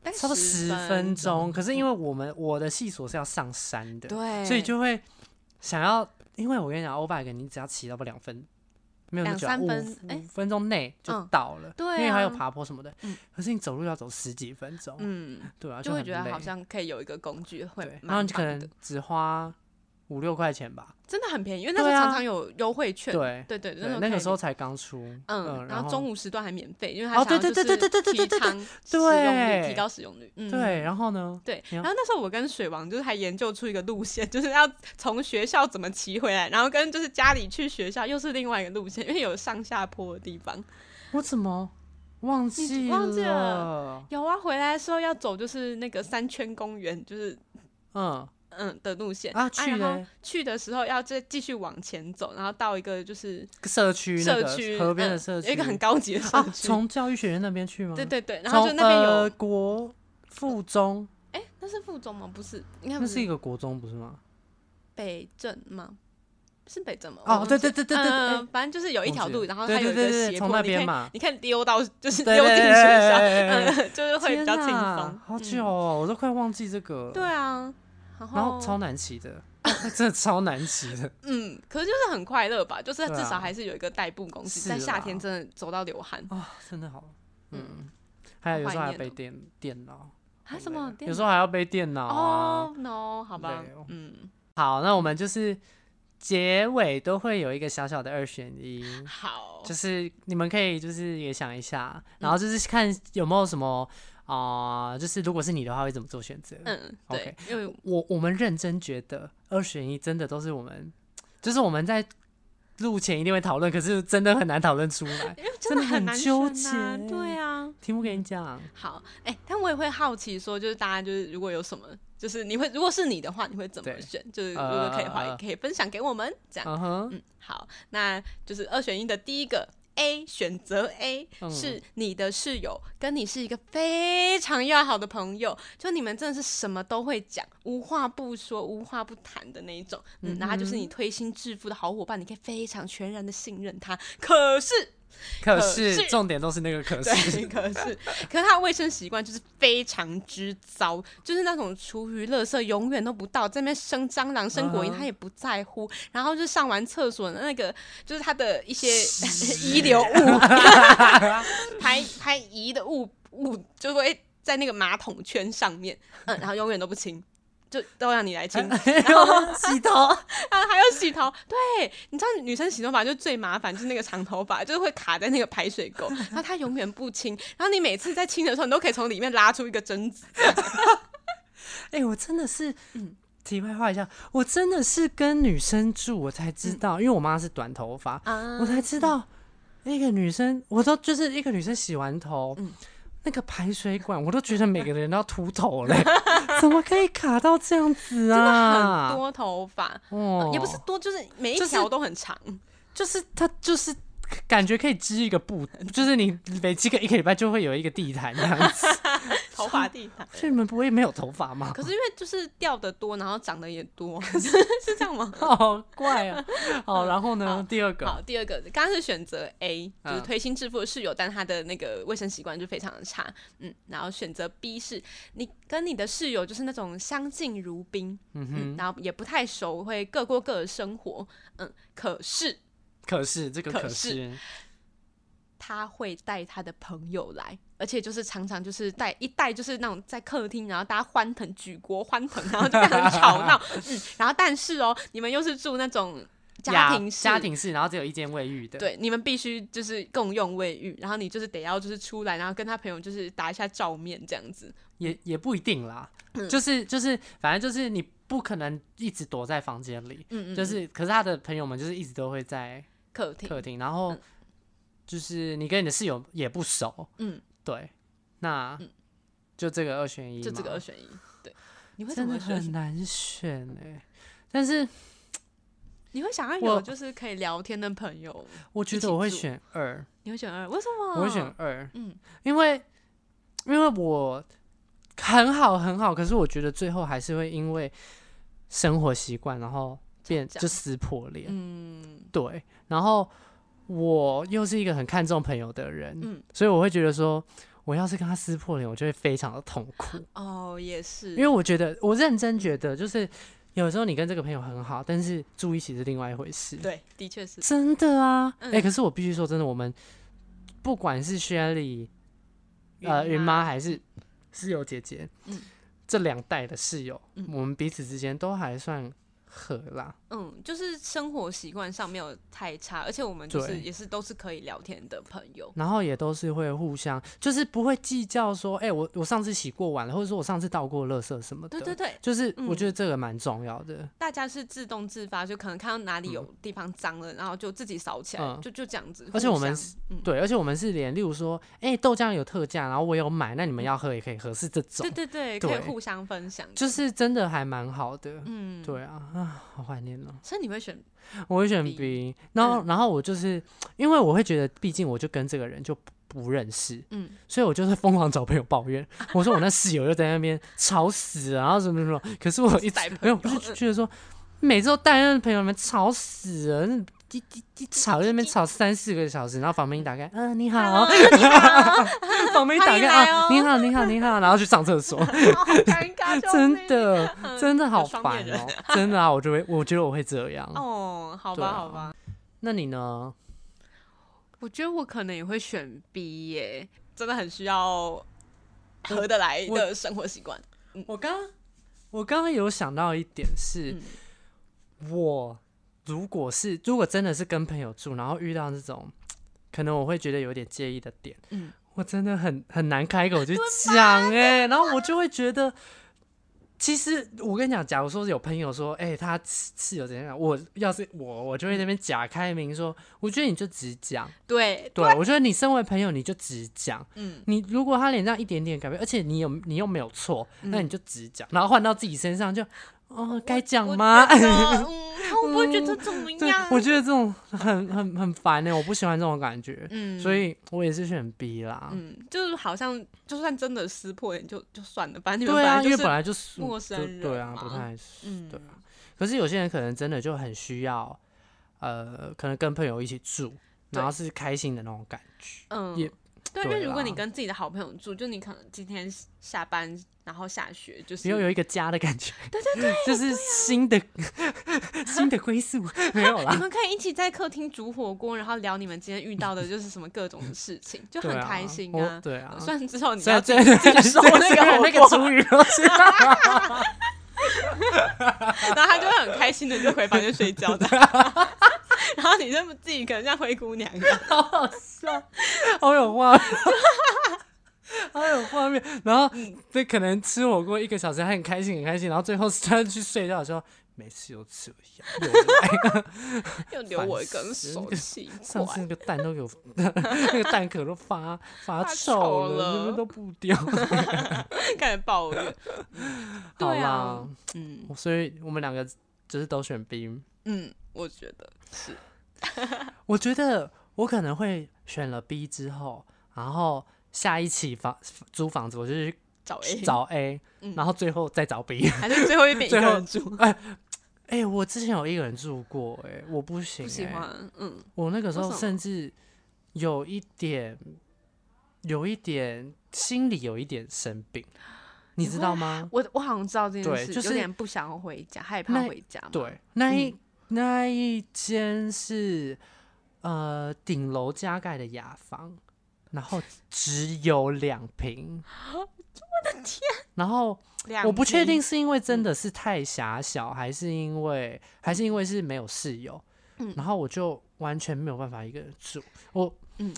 Speaker 2: 但
Speaker 1: 差不多十分
Speaker 2: 分嗯
Speaker 1: 钟，可是因为我们我的系所是要上山的，
Speaker 2: 对，
Speaker 1: 所以就会想要，因为我跟你讲，欧巴给你只要骑到不两分，没有那么久啊，
Speaker 2: 两三分
Speaker 1: 五
Speaker 2: 哎
Speaker 1: 五分钟内就
Speaker 2: 嗯
Speaker 1: 到了，
Speaker 2: 对
Speaker 1: 因为还有
Speaker 2: 啊
Speaker 1: 爬坡什么的，
Speaker 2: 嗯
Speaker 1: 可是你走路要走十几分钟，
Speaker 2: 嗯，
Speaker 1: 对啊，
Speaker 2: 就会
Speaker 1: 很
Speaker 2: 觉得
Speaker 1: 累
Speaker 2: 好像可以有一个工具会
Speaker 1: 对，，然后
Speaker 2: 蛮
Speaker 1: 你可
Speaker 2: 棒
Speaker 1: 能
Speaker 2: 的，
Speaker 1: 只花五六块钱吧，
Speaker 2: 真的很便宜，因为那时候
Speaker 1: 对啊
Speaker 2: 常常有优惠券，
Speaker 1: 对
Speaker 2: 对对，
Speaker 1: 对，
Speaker 2: 候
Speaker 1: 那
Speaker 2: 可
Speaker 1: 个
Speaker 2: 以
Speaker 1: 时候才刚出，
Speaker 2: 嗯，然后中午时段还免费，因为
Speaker 1: 哦
Speaker 2: 他想要
Speaker 1: 对
Speaker 2: 就
Speaker 1: 对对
Speaker 2: 是
Speaker 1: 对对对对对
Speaker 2: 提倡使用率，
Speaker 1: 对
Speaker 2: 提高使用率，嗯，
Speaker 1: 对，然后呢，
Speaker 2: 对，
Speaker 1: 你要
Speaker 2: 然后那时候我跟水王就是还研究出一个路线， 就是要从学校怎么骑回来，然后跟就是家里去学校又是另外一个路线，因为有上下坡的地方。
Speaker 1: 我怎么忘记
Speaker 2: 忘记
Speaker 1: 了？
Speaker 2: 有啊，回来的时候要走就是那个三圈公园，就是
Speaker 1: 嗯，
Speaker 2: 嗯的路线
Speaker 1: 啊去
Speaker 2: 然后
Speaker 1: 嘞
Speaker 2: 去的时候要再继续往前走，然后到一个就是
Speaker 1: 社区那
Speaker 2: 社区
Speaker 1: 个河边的
Speaker 2: 嗯
Speaker 1: 社
Speaker 2: 有
Speaker 1: 区，
Speaker 2: 一个很高级的
Speaker 1: 啊
Speaker 2: 社，区，
Speaker 1: 从教育学院那边去吗？
Speaker 2: 对对对，然
Speaker 1: 从
Speaker 2: 后就那边
Speaker 1: 呃
Speaker 2: 有
Speaker 1: 国附中，
Speaker 2: 哎、那是附中吗？不是，应该
Speaker 1: 那
Speaker 2: 不
Speaker 1: 是一
Speaker 2: 是
Speaker 1: 个国中不是吗？
Speaker 2: 北镇吗？是北镇吗？
Speaker 1: 哦
Speaker 2: 我忘记
Speaker 1: 对对 对对对对
Speaker 2: 嗯嗯嗯反正就是有一条
Speaker 1: 忘
Speaker 2: 路，
Speaker 1: 记了
Speaker 2: 然后
Speaker 1: 对
Speaker 2: 它有
Speaker 1: 对
Speaker 2: 一
Speaker 1: 对
Speaker 2: 个
Speaker 1: 对，
Speaker 2: 斜坡，
Speaker 1: 从那
Speaker 2: 你可以
Speaker 1: 边嘛，
Speaker 2: 你看溜到就是
Speaker 1: 对
Speaker 2: 溜进学校，
Speaker 1: 对对对
Speaker 2: 嗯，就是会比较
Speaker 1: 天
Speaker 2: 轻
Speaker 1: 哪
Speaker 2: 松。嗯
Speaker 1: 好久哦，我都快忘记这个。
Speaker 2: 对，啊，然
Speaker 1: 然后
Speaker 2: 后
Speaker 1: 超难骑的， 真的超难骑的。
Speaker 2: 嗯，可是就是很快乐吧，就是
Speaker 1: 对
Speaker 2: 至
Speaker 1: 啊
Speaker 2: 少还是有一个代步工具，
Speaker 1: 是
Speaker 2: 在夏
Speaker 1: 啦
Speaker 2: 天真的走到流汗
Speaker 1: 啊，真的好，嗯
Speaker 2: 嗯，
Speaker 1: 还有有时候
Speaker 2: 好
Speaker 1: 还
Speaker 2: 怀
Speaker 1: 要背
Speaker 2: 念哦
Speaker 1: 电电脑，
Speaker 2: 啊
Speaker 1: 好
Speaker 2: 什
Speaker 1: 累
Speaker 2: 么
Speaker 1: 哦
Speaker 2: 电
Speaker 1: 有时候还要背电脑啊
Speaker 2: 哦。no，好吧
Speaker 1: 累哦，
Speaker 2: 嗯，
Speaker 1: 好，那我们就是结尾都会有一个小小的二选一，
Speaker 2: 好，嗯
Speaker 1: 就是你们可以就是也想一下，然后就是看有没有什么啊、就是如果是你的话会怎么做选择？
Speaker 2: 嗯，
Speaker 1: OK
Speaker 2: 对，因为
Speaker 1: 我我们认真觉得二选一真的都是我们，就是我们在录前一定会讨论，可是真的很难讨论出来。
Speaker 2: 因为
Speaker 1: 真
Speaker 2: 真
Speaker 1: 的
Speaker 2: 的
Speaker 1: 很
Speaker 2: 很难
Speaker 1: 纠
Speaker 2: 选啊
Speaker 1: 结
Speaker 2: 对啊，
Speaker 1: 题目给你讲，
Speaker 2: 好，哎、但我也会好奇说，就是大家就是如果有什么，就是你会如果是你的话，你会怎
Speaker 1: 对
Speaker 2: 么选？就是如果可以的话，
Speaker 1: 呃
Speaker 2: 也可以分享给我们。这样，
Speaker 1: 嗯哼，
Speaker 2: 嗯，好，那就是二选一的第一个 A 选择 A
Speaker 1: 嗯
Speaker 2: 是你的室友跟你是一个非常要好的朋友，就你们真的是什么都会讲，无话不说、无话不谈的那一种。嗯，然后他就是你推心置腹的好伙伴，你可以非常全然的信任他。可是
Speaker 1: 可
Speaker 2: 可
Speaker 1: 是
Speaker 2: 是
Speaker 1: 重点都是那个可
Speaker 2: 对，
Speaker 1: 是，
Speaker 2: 可是，可是他的卫生习惯就是非常之糟，就是那种厨余、垃圾永远都不到，在那边生蟑螂、生果蝇，
Speaker 1: 嗯
Speaker 2: 他也不在乎。然后就上完厕所的那个，就是他的一些遗 留物，排排遗的物物就会在那个马桶圈上面，嗯，然后永远都不清。就都让你来清，
Speaker 1: 洗头，
Speaker 2: 啊，还要洗头。 对，你知道女生洗头发就最麻烦，就是那个长头发，就是会卡在那个排水 沟，然后它永远不清。然后你每次在清的时候，你都可以从里面拉出一个针子。
Speaker 1: 哎、我真的是，
Speaker 2: 嗯
Speaker 1: 题外话一下，我真的是跟女生住，我才知道，因为我妈是短头发，
Speaker 2: 嗯啊
Speaker 1: 我才知道一个女生，我都就是一个女生洗完头，
Speaker 2: 嗯
Speaker 1: 那个排水管，我都觉得每个人都要秃头嘞， 怎么可以卡到这样子啊？
Speaker 2: 很多头发、
Speaker 1: 哦
Speaker 2: 也不是多，就是每一
Speaker 1: 就是
Speaker 2: 条都很长。
Speaker 1: 就是它就是 感觉可以织一个布，就是你每织个一个礼拜就会有一个地毯这样子，
Speaker 2: 头发地 毯。
Speaker 1: 所以你们不会没有头发吗？
Speaker 2: 可是因为就是掉的多，然后长得也 多，是这样吗？
Speaker 1: 好怪啊！ 好，然后呢？第二个，
Speaker 2: 好，第二个刚刚是选择 A，就是
Speaker 1: 啊嗯
Speaker 2: 推心置腹的室友，但他的那个卫生习惯就非常的差。嗯，然后选择 B 是你跟你的室友就是那种相敬如宾，嗯，
Speaker 1: 嗯哼，
Speaker 2: 然后也不太熟，会各过各的生活。嗯，可是
Speaker 1: 可是这个
Speaker 2: 可
Speaker 1: 可
Speaker 2: 是
Speaker 1: 是，
Speaker 2: 他会带他的朋友来，而且就是常常就是带一带就是那种在客厅，然后大家欢腾举国欢腾，然后就变得很吵闹。嗯，然后但是哦，你们又是住那种家
Speaker 1: 雅
Speaker 2: 庭式，
Speaker 1: 家庭式，然后只有一间卫浴的，
Speaker 2: 对，你们必须就是共用卫浴，然后你就是得要就是出来，然后跟他朋友就是打一下照面这样子。
Speaker 1: 也也不一定啦
Speaker 2: 嗯，
Speaker 1: 就是就是，反正就是你不可能一直躲在房间里，
Speaker 2: 嗯嗯，
Speaker 1: 就是，可是他的朋友们就是一直都会在
Speaker 2: 客厅，
Speaker 1: 客厅，然后
Speaker 2: 嗯
Speaker 1: 就是你跟你的室友也不熟，
Speaker 2: 嗯，
Speaker 1: 对，那就这个二选一嘛，
Speaker 2: 就这个二选一。对，你会怎
Speaker 1: 真
Speaker 2: 么
Speaker 1: 的
Speaker 2: 选？
Speaker 1: 很难选哎、但是
Speaker 2: 你会想要
Speaker 1: 我
Speaker 2: 有就是可以聊天的朋友？
Speaker 1: 我觉
Speaker 2: 一起
Speaker 1: 得我会
Speaker 2: 住嗯
Speaker 1: 选二，
Speaker 2: 你会选二？为什么？
Speaker 1: 我会选二，
Speaker 2: 嗯
Speaker 1: 因为因为我很好很好，可是我觉得最后还是会因为生活习惯，然后变
Speaker 2: 架
Speaker 1: 就撕破脸。
Speaker 2: 嗯
Speaker 1: 对，然后我又是一个很看重朋友的人，
Speaker 2: 嗯
Speaker 1: 所以我会觉得说，我要是跟他撕破脸，我就会非常的痛苦，
Speaker 2: 哦，也是，
Speaker 1: 因为我觉得我认真觉得，就是有时候你跟这个朋友很好，但是住一起是另外一回事。
Speaker 2: 对，的确是，
Speaker 1: 真的啊，哎、
Speaker 2: 嗯
Speaker 1: 可是我必须说真的，我们不管是薛丽、呃
Speaker 2: 云
Speaker 1: 云
Speaker 2: 妈
Speaker 1: 妈还是室友姐姐，
Speaker 2: 嗯
Speaker 1: 这两代的室友，
Speaker 2: 嗯
Speaker 1: 我们彼此之间都还算合啦。
Speaker 2: 嗯，就是生活习惯上没有太差，而且我们就是
Speaker 1: 对
Speaker 2: 也是都是可以聊天的朋友。
Speaker 1: 然后也都是会互相，就是不会计较说，哎、我我上次洗过碗了，或者说我上次倒过垃圾什么的。
Speaker 2: 对对对，
Speaker 1: 就是我觉
Speaker 2: 嗯
Speaker 1: 得这个蛮重要的。
Speaker 2: 大家是自动自发，就可能看到哪里有地方脏了，然后就自己扫起来，
Speaker 1: 嗯
Speaker 2: 就就这样子。
Speaker 1: 而且
Speaker 2: 互
Speaker 1: 我们
Speaker 2: 相
Speaker 1: 是
Speaker 2: 嗯，
Speaker 1: 对，而且我们是连，例如说，哎、豆浆有特价，然后我有买，那你们要喝也可以喝，是这种
Speaker 2: 嗯对，对对，可
Speaker 1: 对
Speaker 2: 以互相分享的，
Speaker 1: 就是真的还蛮好的。
Speaker 2: 嗯，。
Speaker 1: 对啊，啊，好怀念哦。
Speaker 2: 所以你会选
Speaker 1: 我会选
Speaker 2: B
Speaker 1: B，然
Speaker 2: 嗯
Speaker 1: 后、然后我就是因为我会觉得，毕竟我就跟这个人就不不认识，
Speaker 2: 嗯，
Speaker 1: 所以我就是疯狂找朋友抱怨。我说我那室友又在那边吵死了，然后什么什么，可是我一直
Speaker 2: 带朋
Speaker 1: 没有，
Speaker 2: 友嗯
Speaker 1: 我就觉得说，每次都带那朋友们吵死了，那一一一吵在那边吵三四个小时，然后房门一打开，嗯、你 好，
Speaker 2: 你好，
Speaker 1: 房门一打
Speaker 2: 哦 欢
Speaker 1: 开
Speaker 2: 迎来哦
Speaker 1: 啊，你好，你好，你好，然后去上 厕所，
Speaker 2: 好尴尬，救
Speaker 1: 真
Speaker 2: 命嗯
Speaker 1: 的真的好
Speaker 2: 有双面
Speaker 1: 烦
Speaker 2: 人
Speaker 1: 哦、真的啊，我就会我觉得我会这样。
Speaker 2: 哦，好
Speaker 1: 对
Speaker 2: 吧，
Speaker 1: 啊
Speaker 2: 好吧，
Speaker 1: 那你呢？
Speaker 2: 我觉得我可能也会选 B 耶，真的很需要合得来
Speaker 1: 我
Speaker 2: 的生活习惯。
Speaker 1: 我刚我刚刚有想到一点是，
Speaker 2: 嗯
Speaker 1: 我如果是如果真的是跟朋友住，然后遇到这种，可能我会觉得有点介意的点，
Speaker 2: 嗯啊
Speaker 1: 我真的很很难开口去 讲哎、然后我就会觉得。其实我跟你讲，假如说是有朋友说，哎、他室室友怎样，我要是我，我就会在那边假开明说，我觉得你就直讲，
Speaker 2: 对，啊
Speaker 1: 对啊我觉得你身为朋友你就直讲，
Speaker 2: 嗯，
Speaker 1: 你如果他脸上一点点改变，而且你有你又没有错，那你就直讲，然后换到自己身上就，哦，该讲
Speaker 2: 嗯我
Speaker 1: 吗？
Speaker 2: 觉得嗯，我不会觉得怎么
Speaker 1: 对
Speaker 2: 样，。
Speaker 1: 我觉得这种很很很烦欸呢、我不喜欢这种感觉，
Speaker 2: 嗯
Speaker 1: 所以我也是选 B 啦。
Speaker 2: 嗯，就是好像就算真的撕破脸就就算了，反正你们
Speaker 1: 对啊，
Speaker 2: 来就
Speaker 1: 因为
Speaker 2: 是
Speaker 1: 本来就是
Speaker 2: 陌生
Speaker 1: 就
Speaker 2: 人
Speaker 1: 对啊，
Speaker 2: 嘛
Speaker 1: 不太是
Speaker 2: 嗯
Speaker 1: 对啊。可是有些人可能真的就很需要，呃，可能跟朋友一起住，
Speaker 2: 对
Speaker 1: 然后是开心的那种感觉。
Speaker 2: 嗯，
Speaker 1: 也
Speaker 2: 对，因为
Speaker 1: 对
Speaker 2: 如果你
Speaker 1: 啦
Speaker 2: 跟自己的好朋友住，就你可能今天下班然后下学，就是
Speaker 1: 比如有一个家的感 觉，对对对，
Speaker 2: 啊
Speaker 1: 就是新的、 新的归 宿，没有啦
Speaker 2: 你，们可以一起在客厅煮火锅，然后聊你们今天遇到的就是什么各种的事情，就
Speaker 1: 对
Speaker 2: 很
Speaker 1: 啊
Speaker 2: 开心
Speaker 1: 我
Speaker 2: 啊。
Speaker 1: 对啊，
Speaker 2: 虽然之后你
Speaker 1: 虽
Speaker 2: 要
Speaker 1: 然
Speaker 2: 自
Speaker 1: 虽
Speaker 2: 己
Speaker 1: 然
Speaker 2: 自己收那个火
Speaker 1: 那个
Speaker 2: 锅，
Speaker 1: 主语都是
Speaker 2: 然后他就会很开心的就回房间睡觉的。 然后你就自己可能像灰姑娘一样，
Speaker 1: 好好笑， 好有画面， 好有画面。然后
Speaker 2: 嗯
Speaker 1: 这可能吃火锅一个小时，还很开心很开心，然后最后他去睡觉的时候，每次都这样，又来
Speaker 2: 又留我一根
Speaker 1: 烦死
Speaker 2: 手， 气
Speaker 1: 上次
Speaker 2: 怪。
Speaker 1: 那个蛋都给 我， 那个蛋壳都发发
Speaker 2: 发
Speaker 1: 臭
Speaker 2: 臭
Speaker 1: 了，
Speaker 2: 了
Speaker 1: 你们都不 掉。
Speaker 2: 开始抱 怨。
Speaker 1: 好
Speaker 2: 对啊
Speaker 1: 啦，
Speaker 2: 嗯
Speaker 1: 所以我们两个就是都选 B。
Speaker 2: 嗯，我觉得是，
Speaker 1: 我觉得我可能会选了 B 之后，然后下一期房租房子，我就去
Speaker 2: 找 A，
Speaker 1: 找 A，
Speaker 2: 嗯
Speaker 1: 然后最后再找 B。
Speaker 2: 还是最后一遍一个
Speaker 1: 最后
Speaker 2: 人住，
Speaker 1: 哎、我之前有一个人住过、哎，我不行、
Speaker 2: 不喜
Speaker 1: 哎
Speaker 2: 欢，嗯，
Speaker 1: 我那个时
Speaker 2: 为
Speaker 1: 候
Speaker 2: 什么
Speaker 1: 甚至有一点，有一点心里有一点生病，你
Speaker 2: 你
Speaker 1: 知
Speaker 2: 会
Speaker 1: 道吗？
Speaker 2: 我我好像知道这件
Speaker 1: 对
Speaker 2: 事，
Speaker 1: 就
Speaker 2: 有
Speaker 1: 是
Speaker 2: 点不想回家，害怕
Speaker 1: 那
Speaker 2: 回家嘛，
Speaker 1: 对，那
Speaker 2: 嗯
Speaker 1: 一、那一间是呃顶楼加盖的雅房，然后只有两 平，我的天！ 然后
Speaker 2: 两嗯
Speaker 1: 我不确
Speaker 2: 天
Speaker 1: 定，是因为真的是太狭小，还是因为还是因为是没有室友，
Speaker 2: 嗯
Speaker 1: 然后我就完全没有办法一个人住。我
Speaker 2: 嗯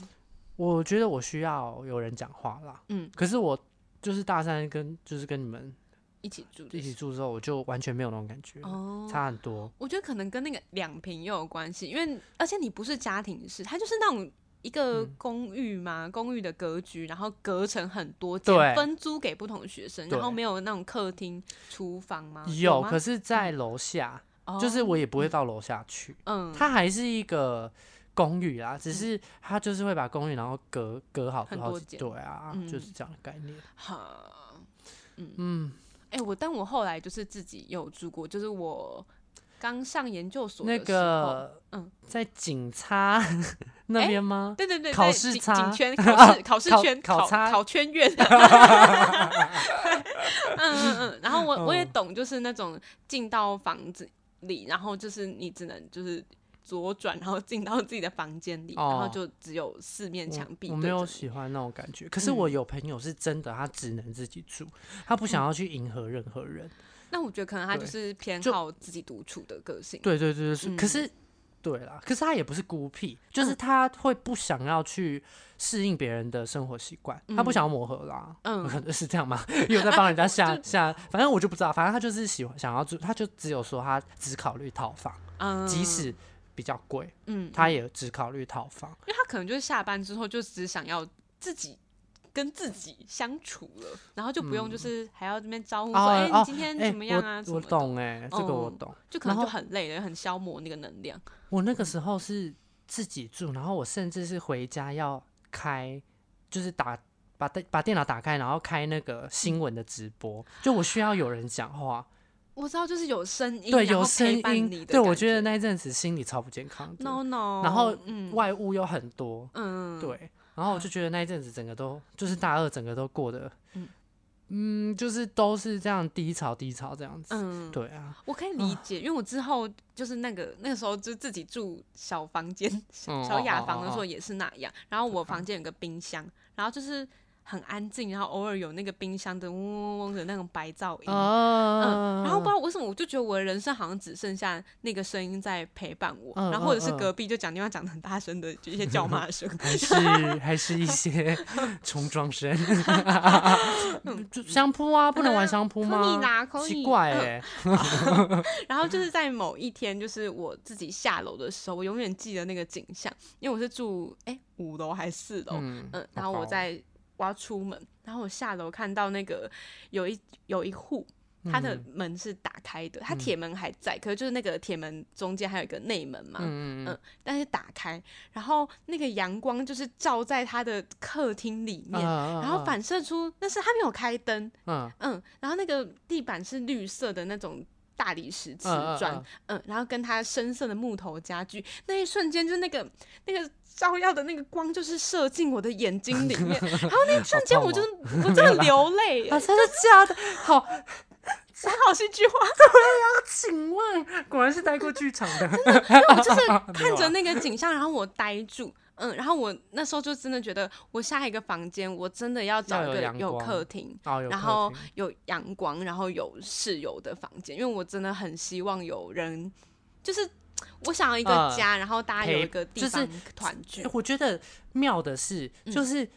Speaker 1: 我觉得我需要有人讲话啦，
Speaker 2: 嗯，
Speaker 1: 可是我就是大三跟就是跟你们
Speaker 2: 一起住的
Speaker 1: 一起
Speaker 2: 时
Speaker 1: 住之后，我就完全没有那种感觉了，
Speaker 2: 候哦，
Speaker 1: 差很多。
Speaker 2: 我觉得可能跟那个两平又有关系，因为而且你不是家庭式，它就是那种一个
Speaker 1: 嗯
Speaker 2: 公寓嘛，公寓的格局，然后隔成很多间，
Speaker 1: 对
Speaker 2: 分租给不同的学生，
Speaker 1: 对
Speaker 2: 然后没有那种客厅、厨房吗？
Speaker 1: 有，
Speaker 2: 啊吗嗯
Speaker 1: 可是在楼下，
Speaker 2: 哦
Speaker 1: 就是我也不会到楼下去，
Speaker 2: 嗯，
Speaker 1: 它还是一个。公寓啦，只是它就是会把公寓然后隔隔好
Speaker 2: 很
Speaker 1: 好
Speaker 2: 多
Speaker 1: 几
Speaker 2: 间
Speaker 1: 对啊，
Speaker 2: 嗯
Speaker 1: 就是这样的概念。
Speaker 2: 好，
Speaker 1: 嗯，
Speaker 2: 哎、我但我后来就是自己有住过，就是我刚上研究所的
Speaker 1: 那
Speaker 2: 时候，
Speaker 1: 个，
Speaker 2: 嗯，
Speaker 1: 在警察 那边吗？
Speaker 2: 对对对，
Speaker 1: 考
Speaker 2: 在
Speaker 1: 试
Speaker 2: 警
Speaker 1: 差
Speaker 2: 警圈考试考试
Speaker 1: 考
Speaker 2: 圈
Speaker 1: 考
Speaker 2: 考
Speaker 1: 差
Speaker 2: 考 圈院，嗯嗯嗯，然后我我也懂，就是那种进到房子里，然后就是你只能就是左转，然后进到自己的房间里，然后
Speaker 1: 哦
Speaker 2: 就只有四面墙壁
Speaker 1: 我，我没
Speaker 2: 对嗯着
Speaker 1: 有
Speaker 2: 你
Speaker 1: 喜欢那种感觉。可是我有朋友是真的，他只能自己住，他不
Speaker 2: 嗯
Speaker 1: 想要去迎合任何人。
Speaker 2: 那我觉得可能他就
Speaker 1: 对
Speaker 2: 是偏
Speaker 1: 就
Speaker 2: 好自己独处的个性，
Speaker 1: 对对对对，是
Speaker 2: 嗯
Speaker 1: 可是。对啦，可是他也不是孤僻，就是他会不想要去适应别人的生活习惯，他不想要磨合啦，
Speaker 2: 嗯
Speaker 1: 可能是这样吗？又在帮人家 下下，反正我就不知道，反正他就是喜欢想要住，他就只有说他只考虑套房，
Speaker 2: 嗯，
Speaker 1: 即使比较贵，
Speaker 2: 嗯，
Speaker 1: 他也只考虑套房。
Speaker 2: 因为他可能就是下班之后就只想要自己。跟自己相处了，然后就不用就是还要这边招呼
Speaker 1: 嗯
Speaker 2: 说，
Speaker 1: 哦
Speaker 2: 哎、
Speaker 1: 哦
Speaker 2: 你今天
Speaker 1: 哎，
Speaker 2: 怎么样啊？什
Speaker 1: 我我
Speaker 2: 么的
Speaker 1: 懂哎、这个我
Speaker 2: 嗯
Speaker 1: 懂。
Speaker 2: 就可能
Speaker 1: 然
Speaker 2: 就
Speaker 1: 后
Speaker 2: 很累了，很消磨那个能量。
Speaker 1: 我那个时候是自己住，然后我甚至是回家要开，就是打把电把电脑打开，然后开那个新闻的直播，就我需要有人讲话，
Speaker 2: 我知道，就是有声音，
Speaker 1: 对，
Speaker 2: 然后
Speaker 1: 有声
Speaker 2: 陪伴你
Speaker 1: 音，
Speaker 2: 的
Speaker 1: 对我
Speaker 2: 感
Speaker 1: 觉
Speaker 2: 觉
Speaker 1: 得那一阵子心理超不健康的
Speaker 2: no no，
Speaker 1: 然后
Speaker 2: 嗯
Speaker 1: 外物又很多，
Speaker 2: 嗯，
Speaker 1: 对，然后我就觉得那一阵子整个都就是大二整个都过得，嗯，就是都是这样低潮低潮这样子，
Speaker 2: 嗯，
Speaker 1: 对啊，
Speaker 2: 我可以理解，因为我之后就是那个那个时候就自己住小房间、
Speaker 1: 嗯
Speaker 2: 小雅
Speaker 1: 哦哦
Speaker 2: 房的时
Speaker 1: 哦
Speaker 2: 候也是那样，然后我房间有个冰箱，然后就是很安静，然后偶尔有那个冰箱的嗡嗡嗡的那种白噪音，嗯，
Speaker 1: 嗯
Speaker 2: 然后不知道为什么，我就觉得我的人生好像只剩下那个声音在陪伴我，
Speaker 1: 嗯
Speaker 2: 然后或者
Speaker 1: 嗯
Speaker 2: 是
Speaker 1: 嗯
Speaker 2: 隔壁就讲电话讲的很大声的就一些叫骂声，
Speaker 1: 还是还是一 些重装声，就相扑啊，不能玩相扑
Speaker 2: 可以
Speaker 1: 吗？
Speaker 2: 啦，可以。嗯
Speaker 1: 奇怪哎、
Speaker 2: 然后就是在某一天，就是我自己下楼的时候，我永远记得那个景象，因为我是住哎、五楼还是四楼，
Speaker 1: 嗯
Speaker 2: 嗯，然后
Speaker 1: 好
Speaker 2: 我
Speaker 1: 高
Speaker 2: 在我要出门，然后我下楼看到那个有一有一户，它的
Speaker 1: 嗯
Speaker 2: 门是打开的，它铁门还在，可是就是那个铁门中间还有一个内门嘛，
Speaker 1: 嗯
Speaker 2: 嗯但是打开，然后那个阳光就是照在他的客厅里面，
Speaker 1: 然
Speaker 2: 然后反射出，但是他没有开灯，
Speaker 1: 嗯
Speaker 2: 嗯，然后那个地板是绿色的那种大理石瓷
Speaker 1: 嗯嗯
Speaker 2: 砖，
Speaker 1: 嗯
Speaker 2: 嗯，然后跟它深色的木头家具，那一瞬间就那个那个照耀的那个光就是射进我的眼睛里 面，然后那一瞬间我就我真的流泪耶，
Speaker 1: 哦啊，真的假的？ 好，
Speaker 2: 啥好戏剧化，
Speaker 1: 请问果然是待过剧场的，
Speaker 2: 我就是
Speaker 1: 啊
Speaker 2: 看着
Speaker 1: 那
Speaker 2: 那个景象，然后我呆住。嗯，然后我那时候就真的觉得，我下一个房间我真的要找
Speaker 1: 要有
Speaker 2: 一个
Speaker 1: 阳
Speaker 2: 有
Speaker 1: 光
Speaker 2: 客厅，
Speaker 1: 哦，有
Speaker 2: 然
Speaker 1: 客
Speaker 2: 后
Speaker 1: 厅
Speaker 2: 有阳光，然后有室友的房间，因为我真的很希望有人，就是我想要一个
Speaker 1: 嗯
Speaker 2: 家，然后大家有
Speaker 1: 陪
Speaker 2: 一个地
Speaker 1: 就是
Speaker 2: 方团聚
Speaker 1: 欸。我觉得妙的是，
Speaker 2: 嗯
Speaker 1: 就是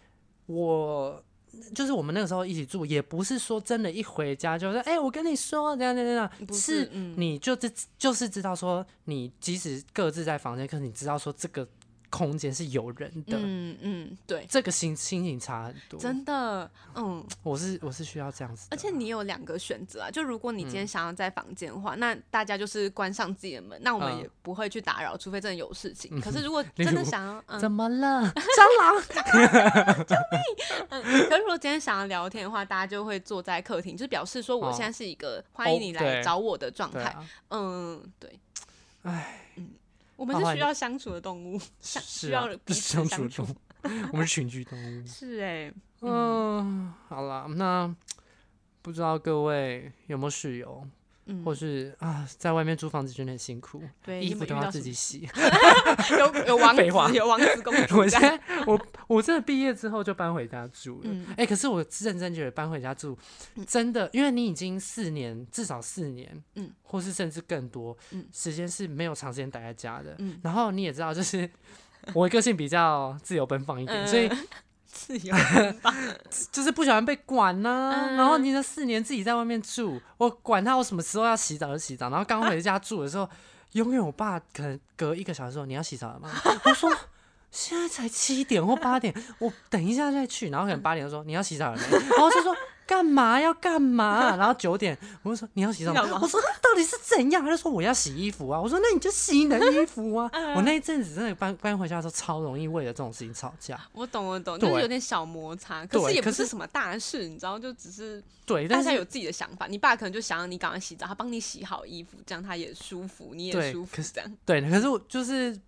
Speaker 1: 我。就是我们那个时候一起住，也不是说真的，一回家就是哎、欸我跟你说，这样这样这样，
Speaker 2: 不
Speaker 1: 是
Speaker 2: 是嗯
Speaker 1: 你就知就是知道说，你即使各自在房间，可是你知道说这个空间是有人的，
Speaker 2: 嗯嗯，对，
Speaker 1: 这个心心情差很多。
Speaker 2: 真的，嗯，
Speaker 1: 我是我是需要这样子的，
Speaker 2: 而且嗯你有两个选择啊，就如果你
Speaker 1: 嗯
Speaker 2: 今天想要在房间的话，那大家就是关上自己的门，那我们
Speaker 1: 嗯
Speaker 2: 也不会去打扰，除非真的有事情。可是如果
Speaker 1: 例
Speaker 2: 真的
Speaker 1: 如
Speaker 2: 想要，嗯，
Speaker 1: 怎么了？蟑螂？
Speaker 2: 可是如果今天想要聊天的话，大家就会坐在客厅，就表示说我
Speaker 1: 哦
Speaker 2: 现在是一个欢迎你来
Speaker 1: 对
Speaker 2: 找我的状
Speaker 1: 对
Speaker 2: 态。
Speaker 1: 啊，
Speaker 2: 嗯，对，嗯
Speaker 1: 哎，
Speaker 2: 我们是
Speaker 1: 麻烦
Speaker 2: 需
Speaker 1: 你
Speaker 2: 要相处的动物，
Speaker 1: 是
Speaker 2: 需
Speaker 1: 是
Speaker 2: 要
Speaker 1: 啊
Speaker 2: 彼，
Speaker 1: 不
Speaker 2: 此
Speaker 1: 是相处
Speaker 2: 相
Speaker 1: 动物，我 们是欸群居动物。
Speaker 2: 是哎、
Speaker 1: 嗯，好了，那不知道各位有没有室友，
Speaker 2: 嗯，
Speaker 1: 或是啊，在外面租房子真的很辛苦，
Speaker 2: 对，
Speaker 1: 衣
Speaker 2: 你
Speaker 1: 服
Speaker 2: 们
Speaker 1: 都
Speaker 2: 遇
Speaker 1: 要
Speaker 2: 到
Speaker 1: 自
Speaker 2: 什
Speaker 1: 己 洗。
Speaker 2: 么有有王
Speaker 1: 废话
Speaker 2: 子有王子公 主
Speaker 1: 我
Speaker 2: 这
Speaker 1: 现
Speaker 2: 样，
Speaker 1: 在我我真的毕业之后就搬回家住了。哎、
Speaker 2: 嗯
Speaker 1: 可是我认真觉得搬回家住
Speaker 2: 嗯
Speaker 1: 真的，因为你已经四年，至少四年，
Speaker 2: 嗯，
Speaker 1: 或是甚至更多，
Speaker 2: 嗯
Speaker 1: 时间是没有长时间待在家的。
Speaker 2: 嗯
Speaker 1: 然后你也知道，就是 我个性比较自由奔放一点，所以
Speaker 2: 嗯自由 奔放
Speaker 1: 就是不喜欢被管呐、
Speaker 2: 嗯
Speaker 1: 然后你那四年自己在外面住，我管他我什么时候要洗澡就洗澡。然后刚回家住的时候，永远我爸可能隔一个小时说你要洗澡了吗？我说现在才七点或八点，我等一下再去。然后可能八点就说你要洗澡了没？然后就说干嘛要干嘛？然后九点我就说你要洗澡吗
Speaker 2: 洗 澡吗？
Speaker 1: 我说到底是怎样？他就说我要洗衣服啊。我说那你就洗你的衣服啊。
Speaker 2: 嗯
Speaker 1: 我那一阵子真的搬搬回家的时候超容易为了这种事情吵架。
Speaker 2: 我懂我懂，就是
Speaker 1: 对
Speaker 2: 有点小摩擦，可是
Speaker 1: 对
Speaker 2: 也不
Speaker 1: 可
Speaker 2: 是
Speaker 1: 是
Speaker 2: 什么大事，你知道，就只是
Speaker 1: 对，
Speaker 2: 大
Speaker 1: 但
Speaker 2: 家
Speaker 1: 是
Speaker 2: 有自己的想法。你爸可能就想要你赶快洗澡，他帮你洗好衣服，这样他也舒服，你也
Speaker 1: 对
Speaker 2: 舒服
Speaker 1: 可，是
Speaker 2: 这样。
Speaker 1: 对，可是我就是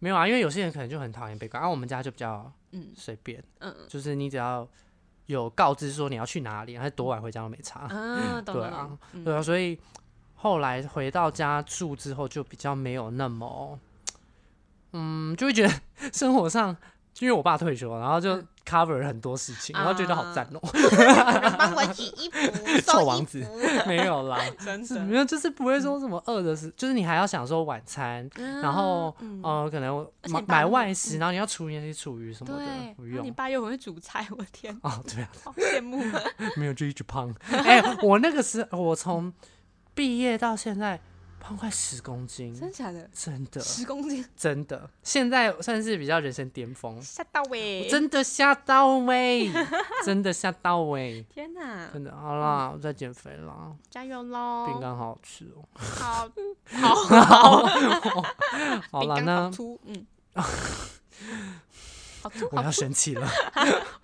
Speaker 1: 没有啊，因为有些人可能就很讨厌被告，然、啊、我们家就比较
Speaker 2: 嗯
Speaker 1: 随便，
Speaker 2: 嗯
Speaker 1: 就是你只要有告知说你要去哪里，然后多晚回家都没差，
Speaker 2: 嗯啊，懂
Speaker 1: 对
Speaker 2: 了
Speaker 1: 啊
Speaker 2: 懂，嗯
Speaker 1: 对啊，所以后来回到家住之后就比较没有那么，嗯，就会觉得生活上。因为我爸退休了，然后就
Speaker 2: 嗯啊
Speaker 1: cover 很多事情，然后觉得好赞哦、
Speaker 2: 有人帮我洗衣服，
Speaker 1: 臭
Speaker 2: 收衣
Speaker 1: 王子
Speaker 2: 服
Speaker 1: 没有啦，
Speaker 2: 真
Speaker 1: 是
Speaker 2: 的。
Speaker 1: 没有，就是不会说什么饿的事，就是你还要想说晚餐，然后
Speaker 2: 嗯
Speaker 1: 呃，可能
Speaker 2: 而且
Speaker 1: 买
Speaker 2: 你爸
Speaker 1: 买
Speaker 2: 那么
Speaker 1: 外食，然后你要处理那些厨余什么
Speaker 2: 对，
Speaker 1: 的，不
Speaker 2: 然后你
Speaker 1: 用。
Speaker 2: 爸又很会煮菜，我的天，
Speaker 1: 哦， 对啊，
Speaker 2: 好羡慕。
Speaker 1: 没有就一直胖。哎、我那个时候我从毕业到现在胖快十公斤，
Speaker 2: 真假的？
Speaker 1: 真的
Speaker 2: 十公斤，
Speaker 1: 真的，现在算是比较人生巅峰，
Speaker 2: 吓到欸喂！
Speaker 1: 我真的吓到喂，真的吓到喂，
Speaker 2: 天哪，
Speaker 1: 真的好啦，我在减肥啦，
Speaker 2: 加油
Speaker 1: 饼
Speaker 2: 喽！
Speaker 1: 干好好吃哦、
Speaker 2: 好，
Speaker 1: 好
Speaker 2: 好，饼
Speaker 1: 啦，
Speaker 2: 干好
Speaker 1: 那
Speaker 2: 粗，嗯，好粗，
Speaker 1: 我
Speaker 2: 好
Speaker 1: 要
Speaker 2: 粗。
Speaker 1: 生气了。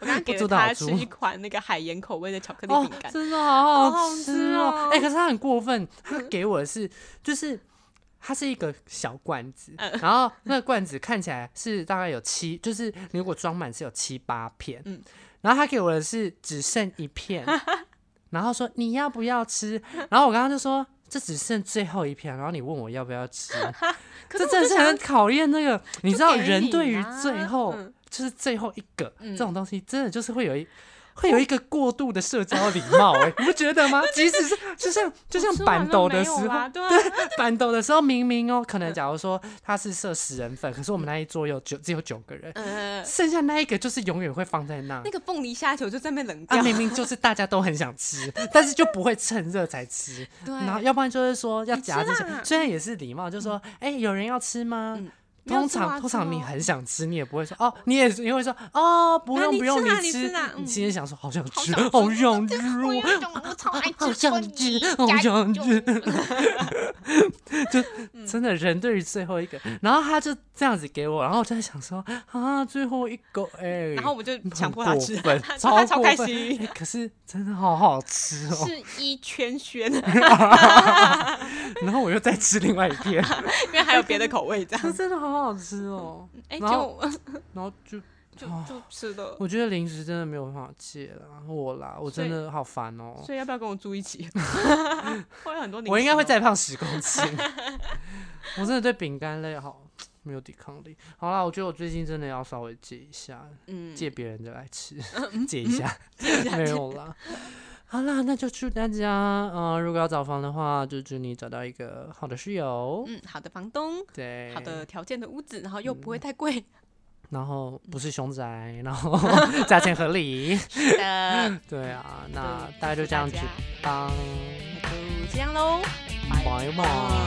Speaker 2: 我刚刚
Speaker 1: 不
Speaker 2: 给了
Speaker 1: 知道
Speaker 2: 他
Speaker 1: 好
Speaker 2: 吃
Speaker 1: 粗
Speaker 2: 一款那个海盐口味的巧克力饼干，
Speaker 1: 哦真的好
Speaker 2: 好好
Speaker 1: 好
Speaker 2: 吃
Speaker 1: 吃
Speaker 2: 哦
Speaker 1: 哦！哎、可是它很过分，它给我的是就是它是一个小罐子，
Speaker 2: 嗯
Speaker 1: 然后那个罐子看起来是大概有七，就是你如果装满是有七八片，
Speaker 2: 嗯
Speaker 1: 然后他给我的是只剩一 片，然后说你要不要吃？然后我刚刚就说。这只剩最后一片，然后你问我要不要吃，
Speaker 2: 可
Speaker 1: 这
Speaker 2: 我
Speaker 1: 真的
Speaker 2: 就是想要
Speaker 1: 很考验那个，你知道
Speaker 2: 给
Speaker 1: 人
Speaker 2: 你
Speaker 1: 对于
Speaker 2: 啦
Speaker 1: 最后、
Speaker 2: 嗯
Speaker 1: 就是最后一个、
Speaker 2: 嗯
Speaker 1: 这种东西，真的就是会有一会有一个过度的社交礼貌、 哎，你不觉得吗？即使是就像就像
Speaker 2: 吃完
Speaker 1: 板
Speaker 2: 了
Speaker 1: 斗
Speaker 2: 没
Speaker 1: 的时
Speaker 2: 有
Speaker 1: 候，
Speaker 2: 啦对啊
Speaker 1: 板斗的时候明明哦、可能假如说他是设十人份，可是我们那一桌有九只有九个人，
Speaker 2: 呃，
Speaker 1: 剩下那一个就是永远会放在那
Speaker 2: 那。个凤梨虾球就在那边冷掉
Speaker 1: 啊，，明明就是大家都很想吃， 但是就不会趁热才吃，
Speaker 2: 对，
Speaker 1: 然后要不然就是说要
Speaker 2: 你吃
Speaker 1: 夹着
Speaker 2: 啦
Speaker 1: 吃，虽然也是礼貌，就说哎、有人要吃吗？
Speaker 2: 嗯没有
Speaker 1: 通
Speaker 2: 吃啊
Speaker 1: 常通
Speaker 2: 吃
Speaker 1: 常你
Speaker 2: 哦
Speaker 1: 很想吃，你也不会说哦，你也你会说哦，不
Speaker 2: 啊
Speaker 1: 用
Speaker 2: 你
Speaker 1: 不
Speaker 2: 吃
Speaker 1: 用，
Speaker 2: 啦你吃
Speaker 1: 吃
Speaker 2: 啦，嗯
Speaker 1: 你心里想说好想
Speaker 2: 好
Speaker 1: 吃
Speaker 2: 想吃，
Speaker 1: 好想吃
Speaker 2: 我
Speaker 1: 哦，
Speaker 2: 有一种我超爱
Speaker 1: 好
Speaker 2: 吃
Speaker 1: 想
Speaker 2: 凤梨
Speaker 1: 吃
Speaker 2: 虾，，
Speaker 1: 好想
Speaker 2: 球
Speaker 1: 吃，
Speaker 2: 嗯
Speaker 1: 就真的人对于最后一个，然后他就这样子给我，然后我就在想说啊，最后一个哎，
Speaker 2: 然后我们就
Speaker 1: 很
Speaker 2: 强迫他
Speaker 1: 过
Speaker 2: 吃，
Speaker 1: 分
Speaker 2: 他
Speaker 1: 超
Speaker 2: 超
Speaker 1: 过
Speaker 2: 开
Speaker 1: 分
Speaker 2: 心
Speaker 1: 哎，可是真的好好吃哦，
Speaker 2: 是一圈圈，
Speaker 1: 然后我又再吃另外一片，
Speaker 2: 因为还有别的口味 这
Speaker 1: 这
Speaker 2: 样。
Speaker 1: 真的好好吃哦，
Speaker 2: 哎，
Speaker 1: 然后
Speaker 2: 就
Speaker 1: 然后就
Speaker 2: 就
Speaker 1: 哦
Speaker 2: 就吃了，
Speaker 1: 我觉得零食真的没有办法戒啦，我啦，我
Speaker 2: 所以
Speaker 1: 真的好烦哦、
Speaker 2: 所以要不要跟我住一起？ 会有很多零食哦，
Speaker 1: 我应该会再胖十公 斤。我真的对饼干类好没有抵抗力。好啦，我觉得我最近真的要稍微戒一下，
Speaker 2: 嗯
Speaker 1: 借别人的来吃，嗯 戒一下，没有啦。好啦，那就祝大家，嗯、如果要找房的话，就祝你找到一个好的室友，
Speaker 2: 嗯好的房东，
Speaker 1: 对，
Speaker 2: 好的条件的屋子，然后又不会太 贵
Speaker 1: 然后不是凶宅，然 后价钱合理，
Speaker 2: 的，
Speaker 1: 对啊，
Speaker 2: 那
Speaker 1: 那大概就这样子吧，
Speaker 2: 那就这样喽，拜
Speaker 1: 拜拜。